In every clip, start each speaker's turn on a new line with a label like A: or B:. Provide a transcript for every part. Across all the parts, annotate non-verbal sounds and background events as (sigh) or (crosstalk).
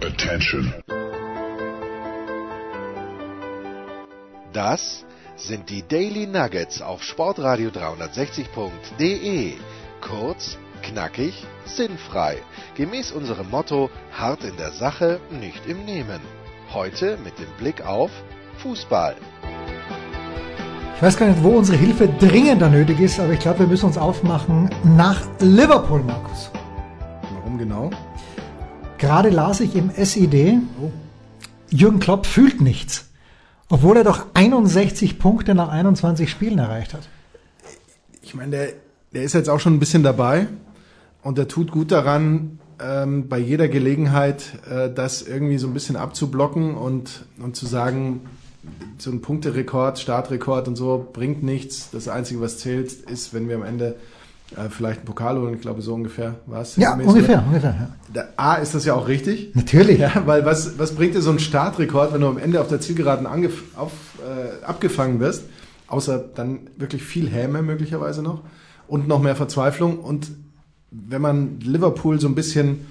A: Attention.
B: Das sind die Daily Nuggets auf Sportradio 360.de. E. Kurz, knackig, sinnfrei. Gemäß unserem Motto: hart in der Sache, nicht im Nehmen. Heute mit dem Blick auf Fußball.
C: Ich weiß gar nicht, wo unsere Hilfe dringender nötig ist, aber ich glaube, wir müssen uns aufmachen nach Liverpool, Markus.
D: Warum genau?
C: Gerade las ich im SID, Jürgen Klopp fühlt nichts, obwohl er doch 61 Punkte nach 21 Spielen erreicht hat.
D: Ich meine, der, der ist jetzt auch schon ein bisschen dabei und der tut gut daran, ähm, bei jeder Gelegenheit äh, das irgendwie so ein bisschen abzublocken und, und zu sagen, so ein Punkterekord, Startrekord und so bringt nichts. Das Einzige, was zählt, ist, wenn wir am Ende äh, vielleicht einen Pokal holen. Ich glaube, so ungefähr war es.
C: Ja,
D: Mäßig.
C: ungefähr, ungefähr. Ja.
D: Da, A, ist das ja auch richtig.
C: Natürlich.
D: Ja, weil was, was bringt dir so ein Startrekord, wenn du am Ende auf der Zielgeraden angef auf, äh, abgefangen wirst? Außer dann wirklich viel Häme möglicherweise noch und noch mehr Verzweiflung. Und wenn man Liverpool so ein bisschen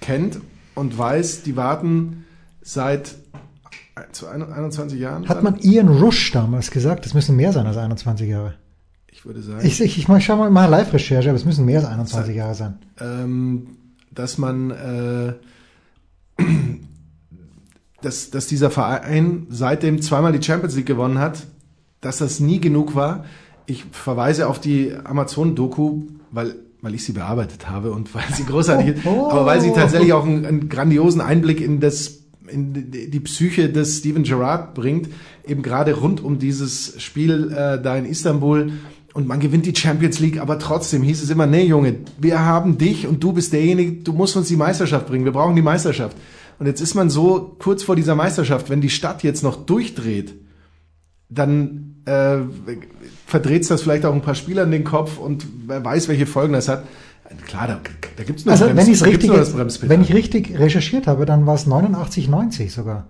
D: kennt und weiß, die warten seit zu 21 Jahren.
C: Hat man Ian Rush damals gesagt, das müssen mehr sein als 21 Jahre.
D: ich würde sagen.
C: Ich, ich, ich mach- schau mal, mache Live-Recherche, aber es müssen mehr als 21 Jahre sein.
D: ähm, dass man, äh, (clears throat) dass, dass dieser Verein seitdem zweimal die Champions League gewonnen hat, dass das nie genug war. Ich verweise auf die Amazon-Doku, weil, weil ich sie bearbeitet habe und weil sie großartig ist,
C: Oh.
D: aber weil sie tatsächlich auch einen, einen grandiosen Einblick in das in die die Psyche des Steven Gerrard bringt, eben gerade rund um dieses Spiel äh, da in Istanbul. Und man gewinnt die Champions League, aber trotzdem hieß es immer, nee Junge, wir haben dich und du bist derjenige, du musst uns die Meisterschaft bringen, wir brauchen die Meisterschaft. Und jetzt ist man so kurz vor dieser Meisterschaft, wenn die Stadt jetzt noch durchdreht, dann äh, verdreht das vielleicht auch ein paar Spielern den Kopf und wer weiß, welche Folgen das hat. Klar, da, da gibt's nur
C: Also
D: Brems-
C: wenn, ich's
D: da gibt's
C: richtig,
D: nur das Bremspedal.
C: wenn ich richtig recherchiert habe, dann war es 89, 90 sogar.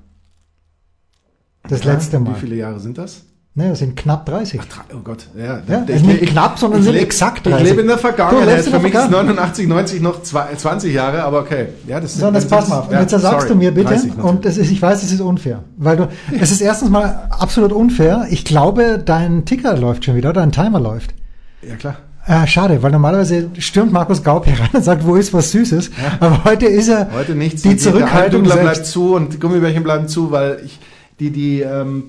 C: Das letzte Mal.
D: Wie viele Jahre sind das?
C: Ne, das sind knapp 30.
D: Drei- Oh Gott, ja.
C: Ja, also nicht knapp, sondern sind
D: leb-
C: exakt
D: Ich
C: 30.
D: lebe in der
C: Du
D: Vergangenheit.
C: lebst in
D: Für
C: der
D: mich ist
C: Vergangenheit.
D: 89, 90 noch zwei- 20 Jahre, aber okay. Ja, das
C: So, und jetzt pass mal auf. Und
D: ja,
C: jetzt sagst
D: sorry,
C: du mir bitte,
D: 30 natürlich.
C: und das ist, ich weiß, es ist unfair, weil du, es ist erstens mal absolut unfair. Ich glaube, dein Ticker läuft schon wieder, dein Timer läuft.
D: ja, klar.
C: Äh, schade, weil normalerweise stürmt Markus Gaub hier rein und sagt, wo ist was Süßes. Aber heute ist er
D: Heute nichts.
C: die Zurückhaltung
D: Der Almdudler
C: selbst.
D: bleibt zu und die Gummibärchen bleiben zu, weil ich die, die, ähm,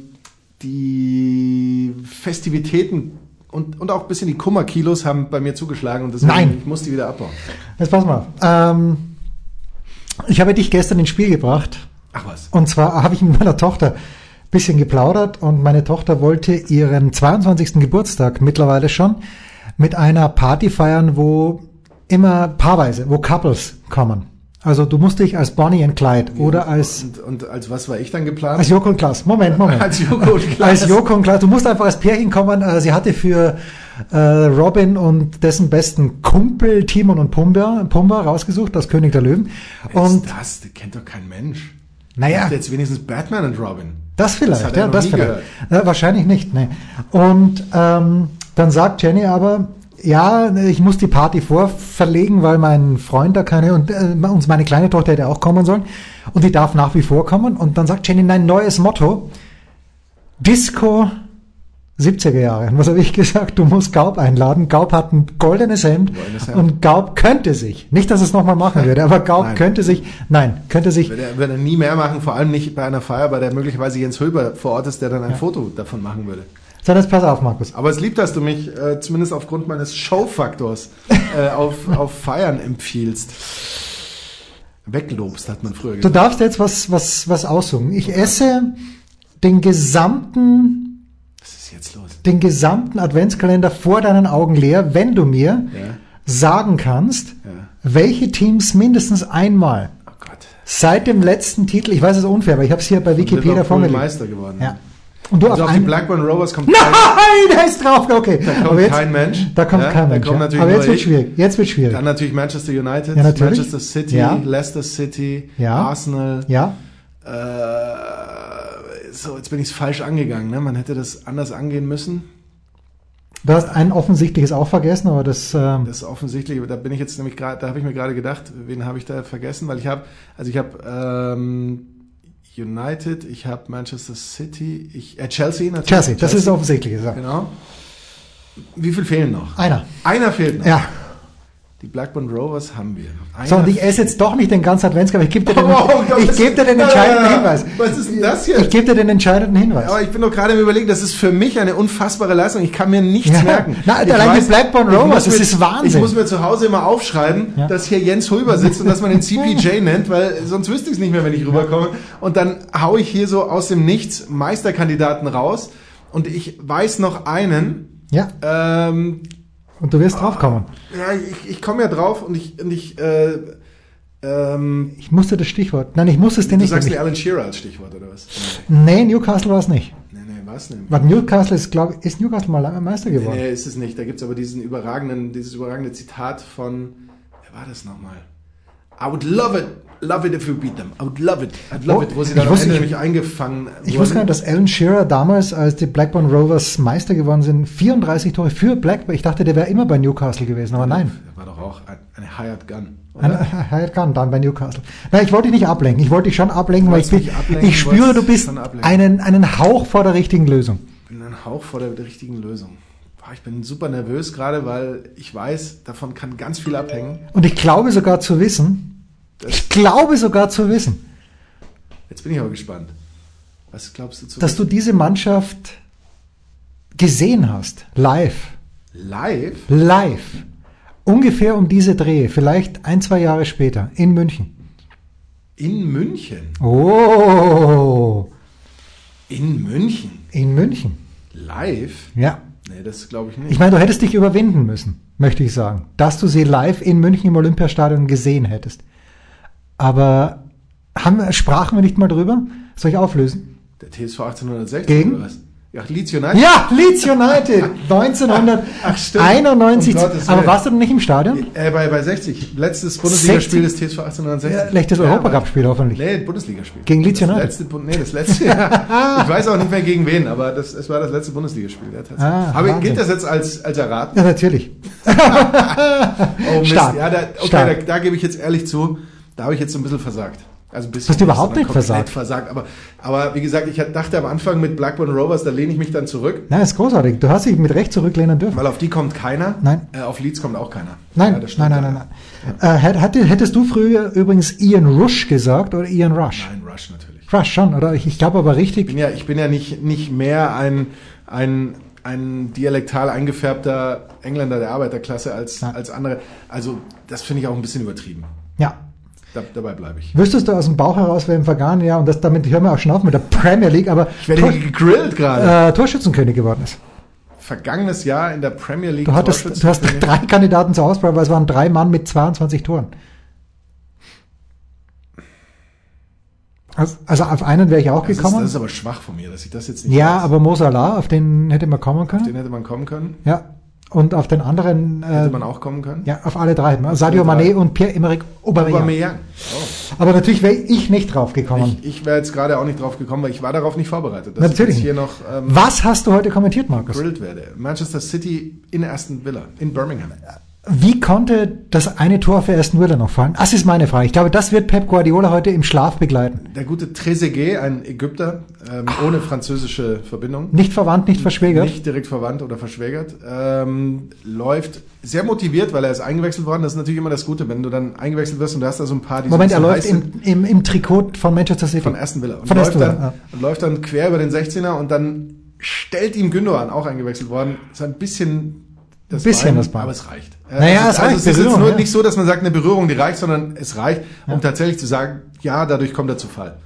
D: die Festivitäten und, und auch ein bisschen die Kummerkilos haben bei mir zugeschlagen und deswegen
C: Nein.
D: ich muss die wieder abbauen.
C: Jetzt pass mal auf. Ähm, ich habe dich gestern ins Spiel gebracht
D: Ach was.
C: und zwar habe ich mit meiner Tochter ein bisschen geplaudert und meine Tochter wollte ihren 22. Geburtstag mittlerweile schon mit einer Party feiern, wo immer paarweise, wo Couples kommen. Also du musst dich als Bonnie und Clyde oder als,
D: Und, und als was war ich dann geplant?
C: als Joko und Klaas. Moment, Moment.
D: (laughs) Als Joko und Klaas.
C: Als Joko und Klaas. Du musst einfach als Pärchen kommen. Äh, Sie hatte für äh, Robin und dessen besten Kumpel Timon und Pumba, Pumba rausgesucht, das König der Löwen. Und
D: ist das, das kennt doch kein Mensch.
C: naja,
D: Macht jetzt wenigstens Batman und Robin.
C: das vielleicht,
D: hat er
C: ja,
D: noch
C: das
D: nie
C: vielleicht. Äh, wahrscheinlich nicht, ne. Und ähm, dann sagt Jenny aber, ja, ich muss die Party vorverlegen, weil mein Freund da keine und äh, uns meine kleine Tochter hätte auch kommen sollen und die darf nach wie vor kommen. Und dann sagt Jenny, nein, neues Motto, Disco 70er Jahre. Und was habe ich gesagt? Du musst Gaub einladen. Gaub hat ein goldenes Hemd,
D: Goldenes Hemd.
C: und Gaub könnte sich, nicht, dass es nochmal
D: (laughs)
C: machen würde, aber Gaub
D: Nein.
C: könnte sich, nein, könnte sich
D: Wird er, wird er nie mehr machen, vor allem nicht bei einer Feier, bei der möglicherweise Jens Höber vor Ort ist, der dann ein Foto davon machen würde.
C: So, jetzt pass auf, Markus.
D: Aber es liebt, dass du mich äh, zumindest aufgrund meines Showfaktors
C: (laughs)
D: äh, auf, auf Feiern empfiehlst. Weglobst, hat man früher
C: Du
D: gesagt.
C: darfst jetzt was, was, was aussuchen. Ich esse den gesamten,
D: Was ist jetzt los?
C: den gesamten Adventskalender vor deinen Augen leer, wenn du mir
D: Ja.
C: sagen kannst,
D: Ja.
C: welche Teams mindestens einmal
D: Oh Gott.
C: seit dem letzten Titel, ich weiß es ist unfair, aber ich habe es hier bei Wikipedia
D: Liverpool
C: vorgelegt.
D: Meister geworden.
C: Ja. Und du
D: Also
C: auf
D: auf die
C: einen,
D: Blackburn Rovers kommt
C: Nein, der ist drauf. Okay. Da
D: kommt kein Mensch.
C: Da kommt
D: Ja,
C: kein
D: da
C: Mensch.
D: kommt
C: ja.
D: natürlich
C: aber
D: nur
C: jetzt wird
D: ich.
C: schwierig. Jetzt wird schwierig.
D: dann natürlich Manchester United,
C: Ja, natürlich.
D: Manchester City,
C: Ja.
D: Leicester City,
C: Ja.
D: Arsenal.
C: ja.
D: Äh, so, jetzt bin ich es falsch angegangen. Ne? Man hätte das anders angehen müssen.
C: Du hast ein offensichtliches auch vergessen, aber das, ähm,
D: Das ist offensichtlich, da bin ich jetzt nämlich gerade, da habe ich mir gerade gedacht, wen habe ich da vergessen, weil ich habe, also ich habe ähm, United, ich habe Manchester City, ich, äh, Chelsea natürlich.
C: Chelsea, das ist offensichtlich. Ja.
D: Genau. Wie viel fehlen noch?
C: Einer.
D: Einer fehlt noch.
C: Ja.
D: Die Blackburn Rovers haben wir. Einer
C: So, und (laughs) ich esse jetzt doch nicht den ganzen Adventskalender, ich gebe dir den,
D: Oh, Gott,
C: ich
D: was-
C: gebe dir den entscheidenden (laughs)
D: (laughs) Na,
C: Hinweis.
D: Was ist denn das
C: Ich
D: hier?
C: gebe dir den entscheidenden Hinweis.
D: Aber ich bin doch gerade im Überlegen, das ist für mich eine unfassbare Leistung. Ich kann mir nichts
C: Ja.
D: merken.
C: Na,
D: Ich
C: allein die Blackburn
D: ich muss
C: Rovers, das
D: mir-
C: ist Wahnsinn.
D: Ich muss mir zu Hause immer aufschreiben,
C: Ja.
D: dass hier Jens Hulber sitzt und dass
C: (laughs)
D: man ihn CPJ nennt, weil sonst wüsste ich es nicht mehr, wenn ich rüberkomme. Und dann hau ich hier so aus dem Nichts Meisterkandidaten raus. Und ich weiß noch einen.
C: Ja,
D: Ähm,
C: und du wirst draufkommen.
D: ja, ich, ich komme ja drauf und ich, und ich äh, ähm,
C: Ich musste das Stichwort. Nein, ich musste es dir
D: du
C: nicht.
D: sagst mir
C: geben.
D: Alan Shearer als Stichwort, oder was?
C: Nee, Newcastle war es nicht.
D: Nee, nee, was denn?
C: Was Newcastle ist, glaube ich, ist Newcastle mal lange Meister geworden.
D: Nee, ist es nicht. Da gibt's aber diesen überragenden, dieses überragende Zitat von, wer war das nochmal? I would love it, love it if you beat them. I would love it, I'd love
C: Oh,
D: it, wo sie
C: ich
D: dann am
C: wusste-
D: Ende
C: ich-
D: nämlich eingefangen
C: Ich wusste gar nicht, dass Alan Shearer damals, als die Blackburn Rovers Meister geworden sind, 34 Tore für Blackburn. Ich dachte, der wäre immer bei Newcastle gewesen, aber nein.
D: Der war doch auch ein, eine Hired Gun,
C: Nein, (laughs)
D: oder?
C: er kann dann bei Newcastle. Nein, ich wollte dich nicht ablenken. Ich wollte dich schon ablenken, weil ich,
D: wolltest
C: bin,
D: mich ablenken,
C: ich
D: du
C: spüre,
D: wolltest
C: du bist
D: schon ablenken.
C: einen, einen Hauch vor der richtigen Lösung.
D: Ich bin ein Hauch vor der richtigen Lösung. Boah, ich bin super nervös gerade, weil ich weiß, davon kann ganz viel abhängen.
C: Und ich glaube sogar zu wissen, ich glaube sogar zu wissen,
D: Jetzt bin ich aber gespannt. Was glaubst du zu
C: dass du diese Mannschaft gesehen hast, live.
D: live?
C: live, ungefähr um diese Dreh, vielleicht ein, zwei Jahre später, in München.
D: In München.
C: Oh,
D: In München.
C: in München.
D: Live?
C: Ja.
D: Nee, das glaube ich nicht.
C: Ich meine, du hättest dich überwinden müssen, möchte ich sagen, dass du sie live in München im Olympiastadion gesehen hättest. Aber haben, sprachen wir nicht mal drüber? Soll ich auflösen?
D: Der TSV 1860
C: Gegen?
D: oder was? Ja, Leeds United.
C: Ja, Leeds
D: (laughs)
C: United
D: Ach, stimmt. Um
C: 1991.
D: Gottes
C: Aber
D: Willen.
C: warst du denn nicht im Stadion?
D: Äh, bei, bei 60. Letztes Bundesligaspiel des TSV 1860.
C: Ja, Schlechtes
D: Ja,
C: Europacup-Spiel
D: aber-
C: hoffentlich.
D: Nee, Bundesligaspiel.
C: Gegen Leeds
D: das
C: United.
D: letzte, Bu- Nee, das
C: (laughs)
D: letzte. ja. ich weiß auch nicht mehr gegen wen, aber das, es war das letzte Bundesligaspiel. Ja, tatsächlich.
C: Ah,
D: aber
C: Wahnsinn.
D: gilt das jetzt als, als erraten?
C: Ja, natürlich.
D: Oh, Mist.
C: Stark.
D: Ja, da, okay,
C: Stark.
D: Da, da gebe ich jetzt ehrlich zu, da habe ich jetzt so ein bisschen versagt. Also ein bisschen
C: Hast du überhaupt
D: sondern
C: nicht
D: komplett
C: versagt?
D: versagt. Aber, aber wie gesagt, ich hat- dachte am Anfang mit Blackburn Rovers, da lehne ich mich dann zurück.
C: Nein, ist großartig. Du hast dich mit Recht zurücklehnen dürfen.
D: Weil auf die kommt keiner.
C: Nein.
D: Äh, auf Leeds kommt auch keiner.
C: Nein,
D: Ja, das stimmt.
C: nein, nein, nein, nein. Äh, hätt- hätte, hättest du früher übrigens Ian Rush gesagt oder Ian Rush?
D: Nein, Rush natürlich.
C: Rush schon, oder? Ich, ich glaube aber
D: Ich
C: richtig.
D: bin ja, ich bin ja nicht, nicht mehr ein, ein, ein dialektal eingefärbter Engländer der Arbeiterklasse als,
C: Nein.
D: als andere. Also, das finde ich auch ein bisschen übertrieben.
C: Ja.
D: Da, dabei bleibe ich.
C: Wüsstest du aus dem Bauch heraus, wer im vergangenen Jahr, und das, damit hören wir auch schon auf mit der Premier League, aber
D: Ich werde
C: Tor,
D: hier gegrillt gerade.
C: äh, Torschützenkönig geworden ist.
D: Vergangenes Jahr in der Premier League.
C: Du, hattest, du hast
D: Torschützenkönig.
C: drei Kandidaten zur Auswahl, weil es waren drei Mann mit 22 Toren. Also, also auf einen wäre ich auch
D: das, ist,
C: gekommen.
D: das ist aber schwach von mir, dass ich das jetzt nicht
C: ja,
D: weiß.
C: aber Mo Salah, auf den hätte man kommen können.
D: Den hätte man kommen können.
C: Ja. Und auf den anderen äh,
D: Hätte man auch kommen können.
C: Ja, auf alle drei. Sadio
D: alle drei.
C: Mané und Pierre-Emerick Aubameyang.
D: Aubameyang. Oh.
C: Aber natürlich wäre ich nicht drauf gekommen.
D: Ich, ich wäre jetzt gerade auch nicht drauf gekommen, weil ich war darauf nicht vorbereitet. dass
C: Natürlich
D: Ich jetzt hier noch
C: nicht.
D: ähm,
C: Was hast du heute kommentiert, Markus?
D: gegrillt werde. Manchester City in Aston Villa, in Birmingham.
C: Wie konnte das eine Tor für Aston Villa noch fallen? Das ist meine Frage. Ich glaube, das wird Pep Guardiola heute im Schlaf begleiten.
D: Der gute Trezeguet, ein Ägypter, ähm,
C: Ah.
D: ohne französische Verbindung,
C: Nicht verwandt, nicht verschwägert.
D: nicht direkt verwandt oder verschwägert, ähm, läuft sehr motiviert, weil er ist eingewechselt worden. Das ist natürlich immer das Gute, wenn du dann eingewechselt wirst und da hast da so ein paar, die so ein
C: Moment, er
D: bisschen
C: läuft
D: heiß sind.
C: im, im, im Trikot von Manchester City.
D: Von Aston Villa. Und,
C: Von
D: läuft,
C: Aston Villa,
D: dann,
C: ja.
D: und läuft dann quer über den 16er und dann stellt ihm Gündogan, auch eingewechselt worden. Ist ein bisschen das
C: Bisschen das Bein.
D: aber es reicht.
C: Naja,
D: also,
C: es
D: also
C: reicht,
D: es ist jetzt
C: Berührung,
D: nur
C: ja.
D: nicht so, dass man sagt, eine Berührung, die reicht, sondern es reicht, um tatsächlich zu sagen, ja, dadurch kommt er zu Fall.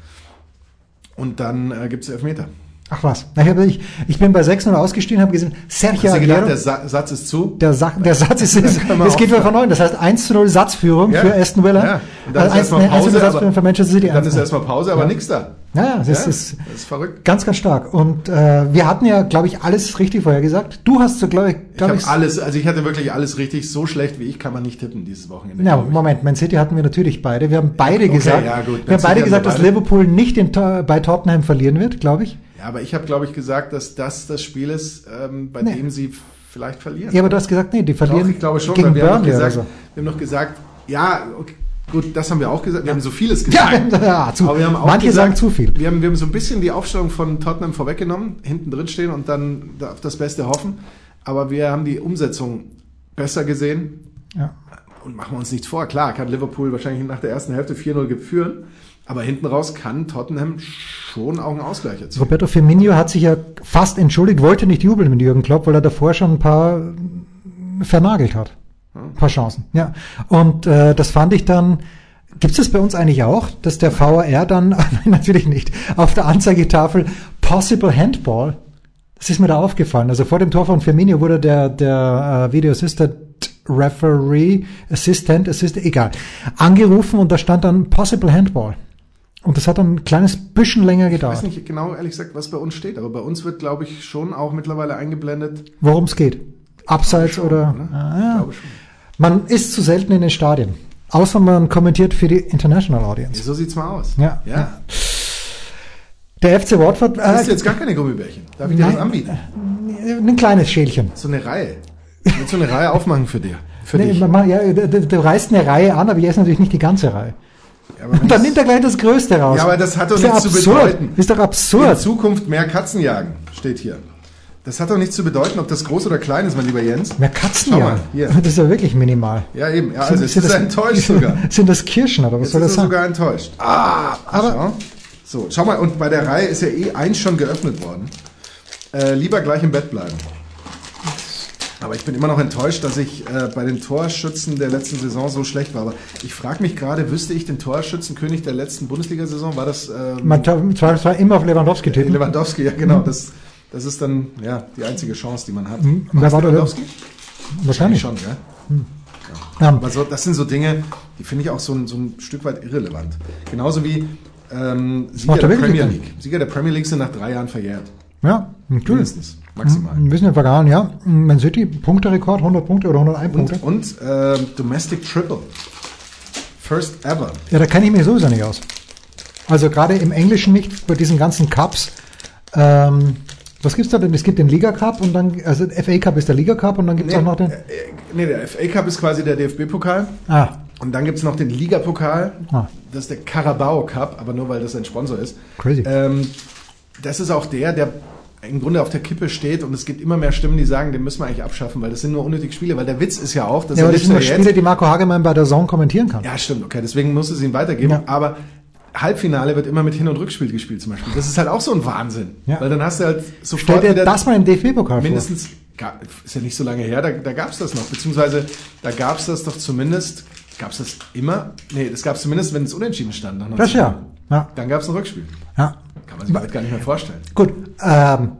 D: Und dann äh, gibt es Elfmeter.
C: ah. Ach was. Na, Ich, hab- ich, ich bin bei 6-0 ausgestiegen habe gesehen, Sergio
D: Hast du gedacht,
C: Aguero.
D: der Sa Satz ist zu?
C: der, Sa der Satz
D: (laughs)
C: ist, ist
D: können wir
C: es geht
D: aufhören.
C: wieder von neuem. Das heißt 1 0 Satzführung
D: Ja.
C: für Aston Villa. Also
D: Ja. Und dann ist erstmal
C: nee, 1 zu 0
D: Pause,
C: Satzführung
D: aber-
C: für Manchester City.
D: Dann ist
C: 1-0.
D: erstmal Pause, aber nix da.
C: ja, das
D: Ja,
C: ist
D: das ist verrückt.
C: Ganz, ganz stark. Und äh, wir hatten ja, glaube ich, alles richtig vorher gesagt. Du hast so, glaube ich,
D: Ich habe
C: glaube ich,
D: alles, also ich hatte wirklich alles richtig. So schlecht wie ich kann man nicht tippen dieses Wochenende.
C: ja,
D: glaub ich.
C: Moment, Man City hatten wir natürlich beide. Wir haben beide
D: Okay,
C: gesagt,
D: ja,
C: wir
D: gut. Man
C: haben
D: City
C: beide
D: hatten
C: gesagt,
D: wir
C: dass
D: beide.
C: Liverpool nicht in, To- bei Tottenham verlieren wird, glaube ich.
D: Ja, aber ich habe, glaube ich, gesagt, dass das das Spiel ist, ähm, bei
C: Nee.
D: dem sie vielleicht verlieren.
C: Ja, aber du hast gesagt, nee, die verlieren
D: Doch, ich glaube schon,
C: gegen
D: weil wir haben, noch
C: Burnley oder
D: gesagt,
C: so.
D: wir haben noch gesagt, ja, okay, gut, das haben wir auch gesagt, wir haben so vieles (laughs)
C: Ja, (laughs)
D: gesagt.
C: ja, zu,
D: Aber wir haben auch
C: manche sagen
D: gesagt,
C: zu viel.
D: Wir haben, wir haben so ein bisschen die Aufstellung von Tottenham vorweggenommen, hinten drin stehen und dann auf das Beste hoffen. Aber wir haben die Umsetzung besser gesehen
C: Ja.
D: und machen wir uns nichts vor. Klar, kann Liverpool wahrscheinlich nach der ersten Hälfte 4-0 führen, aber hinten raus kann Tottenham schon auch einen Ausgleich erzielen.
C: Roberto Firmino hat sich ja fast entschuldigt, wollte nicht jubeln mit Jürgen Klopp, weil er davor schon ein paar äh, vernagelt hat. Ein paar Chancen, ja. Und äh, das fand ich dann, gibt's das bei uns eigentlich auch, dass der VAR dann, (laughs) nein, natürlich nicht, auf der Anzeigetafel Possible Handball, das ist mir da aufgefallen. Also vor dem Tor von Firmino wurde der, der äh, Video Assistant Referee, Assistant, Assistant, egal, angerufen und da stand dann Possible Handball. Und das hat dann ein kleines bisschen länger
D: Ich weiß
C: gedauert,
D: nicht genau, ehrlich gesagt, was bei uns steht, aber bei uns wird, glaube ich, schon auch mittlerweile eingeblendet.
C: worum es geht. Abseits oder...
D: ne?
C: Ah, ja.
D: Ich glaube schon.
C: Man ist zu selten in den Stadien. Außer man kommentiert für die International Audience.
D: So sieht's mal aus.
C: Ja.
D: ja.
C: Der FC Watford,
D: Das ist
C: äh,
D: jetzt gar keine Gummibärchen. Darf ich dir
C: Nein.
D: das anbieten?
C: ein kleines Schälchen.
D: So eine Reihe. Ich will so eine Reihe aufmachen für dir. Für
C: Nee,
D: dich.
C: man, man- ja, du, du- du reißt eine Reihe an, aber jetzt natürlich nicht die ganze Reihe.
D: Ja, aber wenn
C: Und dann
D: es
C: nimmt er gleich das Größte raus.
D: Ja, aber das hat doch
C: Ist ja
D: nichts zu
C: absurd.
D: bedeuten.
C: Ist doch
D: in
C: absurd.
D: Zukunft mehr Katzen jagen, steht hier. Das hat doch nichts zu bedeuten, ob das groß oder klein ist, mein lieber Jens.
C: Mehr Katzen
D: Schau
C: ja.
D: mal, hier.
C: Das ist ja wirklich minimal.
D: Ja, eben. Ja, also es ist
C: das-
D: enttäuscht sogar.
C: Sind das Kirschen oder was
D: Jetzt
C: soll
D: ist er
C: das sein?
D: sogar enttäuscht. Ah, aber. So, schau mal, und bei der Reihe ist ja eh eins schon geöffnet worden. Äh, lieber gleich im Bett bleiben. Aber ich bin immer noch enttäuscht, dass ich äh, bei den Torschützen der letzten Saison so schlecht war. Aber ich frage mich gerade, wüsste ich den Torschützenkönig der letzten Bundesliga-Saison? War das (laughs) ähm,
C: Man t- zwar, zwar immer auf Lewandowski tippen.
D: Lewandowski? Ja, genau. Das, das ist dann ja, die einzige Chance, die man hat.
C: Mhm. Wer
D: War es
C: war der-
D: Lewandowski?
C: Wahrscheinlich.
D: Schon, ja.
C: Ähm,
D: Aber so, das sind so Dinge, die finde ich auch so ein, so ein Stück weit irrelevant. Genauso wie ähm, Sieger
C: macht er
D: der
C: wirklich
D: Premier
C: dann.
D: League. Sieger der Premier League sind nach drei Jahren verjährt.
C: ja, natürlich.
D: Mindestens. Maximal.
C: Ein bisschen vergangen, ja. Man sieht die Punkterekord, 100 Punkte oder 101 Punkte.
D: Und, und ähm, Domestic Triple. First ever.
C: Ja, da kenne ich mich sowieso nicht aus. Also gerade im Englischen nicht, bei diesen ganzen Cups. Ähm, was gibt's da denn? Es gibt den Liga Cup und dann, also FA Cup ist der Liga Cup und dann gibt's auch noch den.
D: äh, nee, der FA Cup ist quasi der DFB-Pokal.
C: Ah,
D: Und dann gibt's noch den Ligapokal.
C: Ah.
D: Das ist der Carabao Cup, aber nur weil das ein Sponsor ist.
C: Crazy.
D: Ähm, das ist auch der, der im Grunde auf der Kippe steht und es gibt immer mehr Stimmen, die sagen, den müssen wir eigentlich abschaffen, weil das sind nur unnötige Spiele. Weil der Witz ist ja auch, dass
C: ja,
D: er
C: aber das
D: nicht
C: sind
D: nur
C: nur Spiele, die Marco Hagemann bei der Saison kommentieren kann.
D: Ja, stimmt, okay, deswegen muss es ihn weitergeben.
C: Ja.
D: Aber Halbfinale wird immer mit Hin- und Rückspiel gespielt zum Beispiel. Das ist halt auch so ein Wahnsinn.
C: Ja.
D: Weil dann hast du halt sofort
C: Stell dir
D: wieder-
C: das mal im DFB-Pokal vor.
D: mindestens, ga- ist ja nicht so lange her, da, da gab es das noch. Beziehungsweise, da gab es das doch zumindest, gab es das immer? Nee, das gab es zumindest, wenn es unentschieden stand. Nach
C: Das
D: 19.
C: ja. Ja.
D: Dann gab es ein Rückspiel.
C: ja.
D: Kann man sich heute gar nicht mehr vorstellen.
C: Gut. Ähm,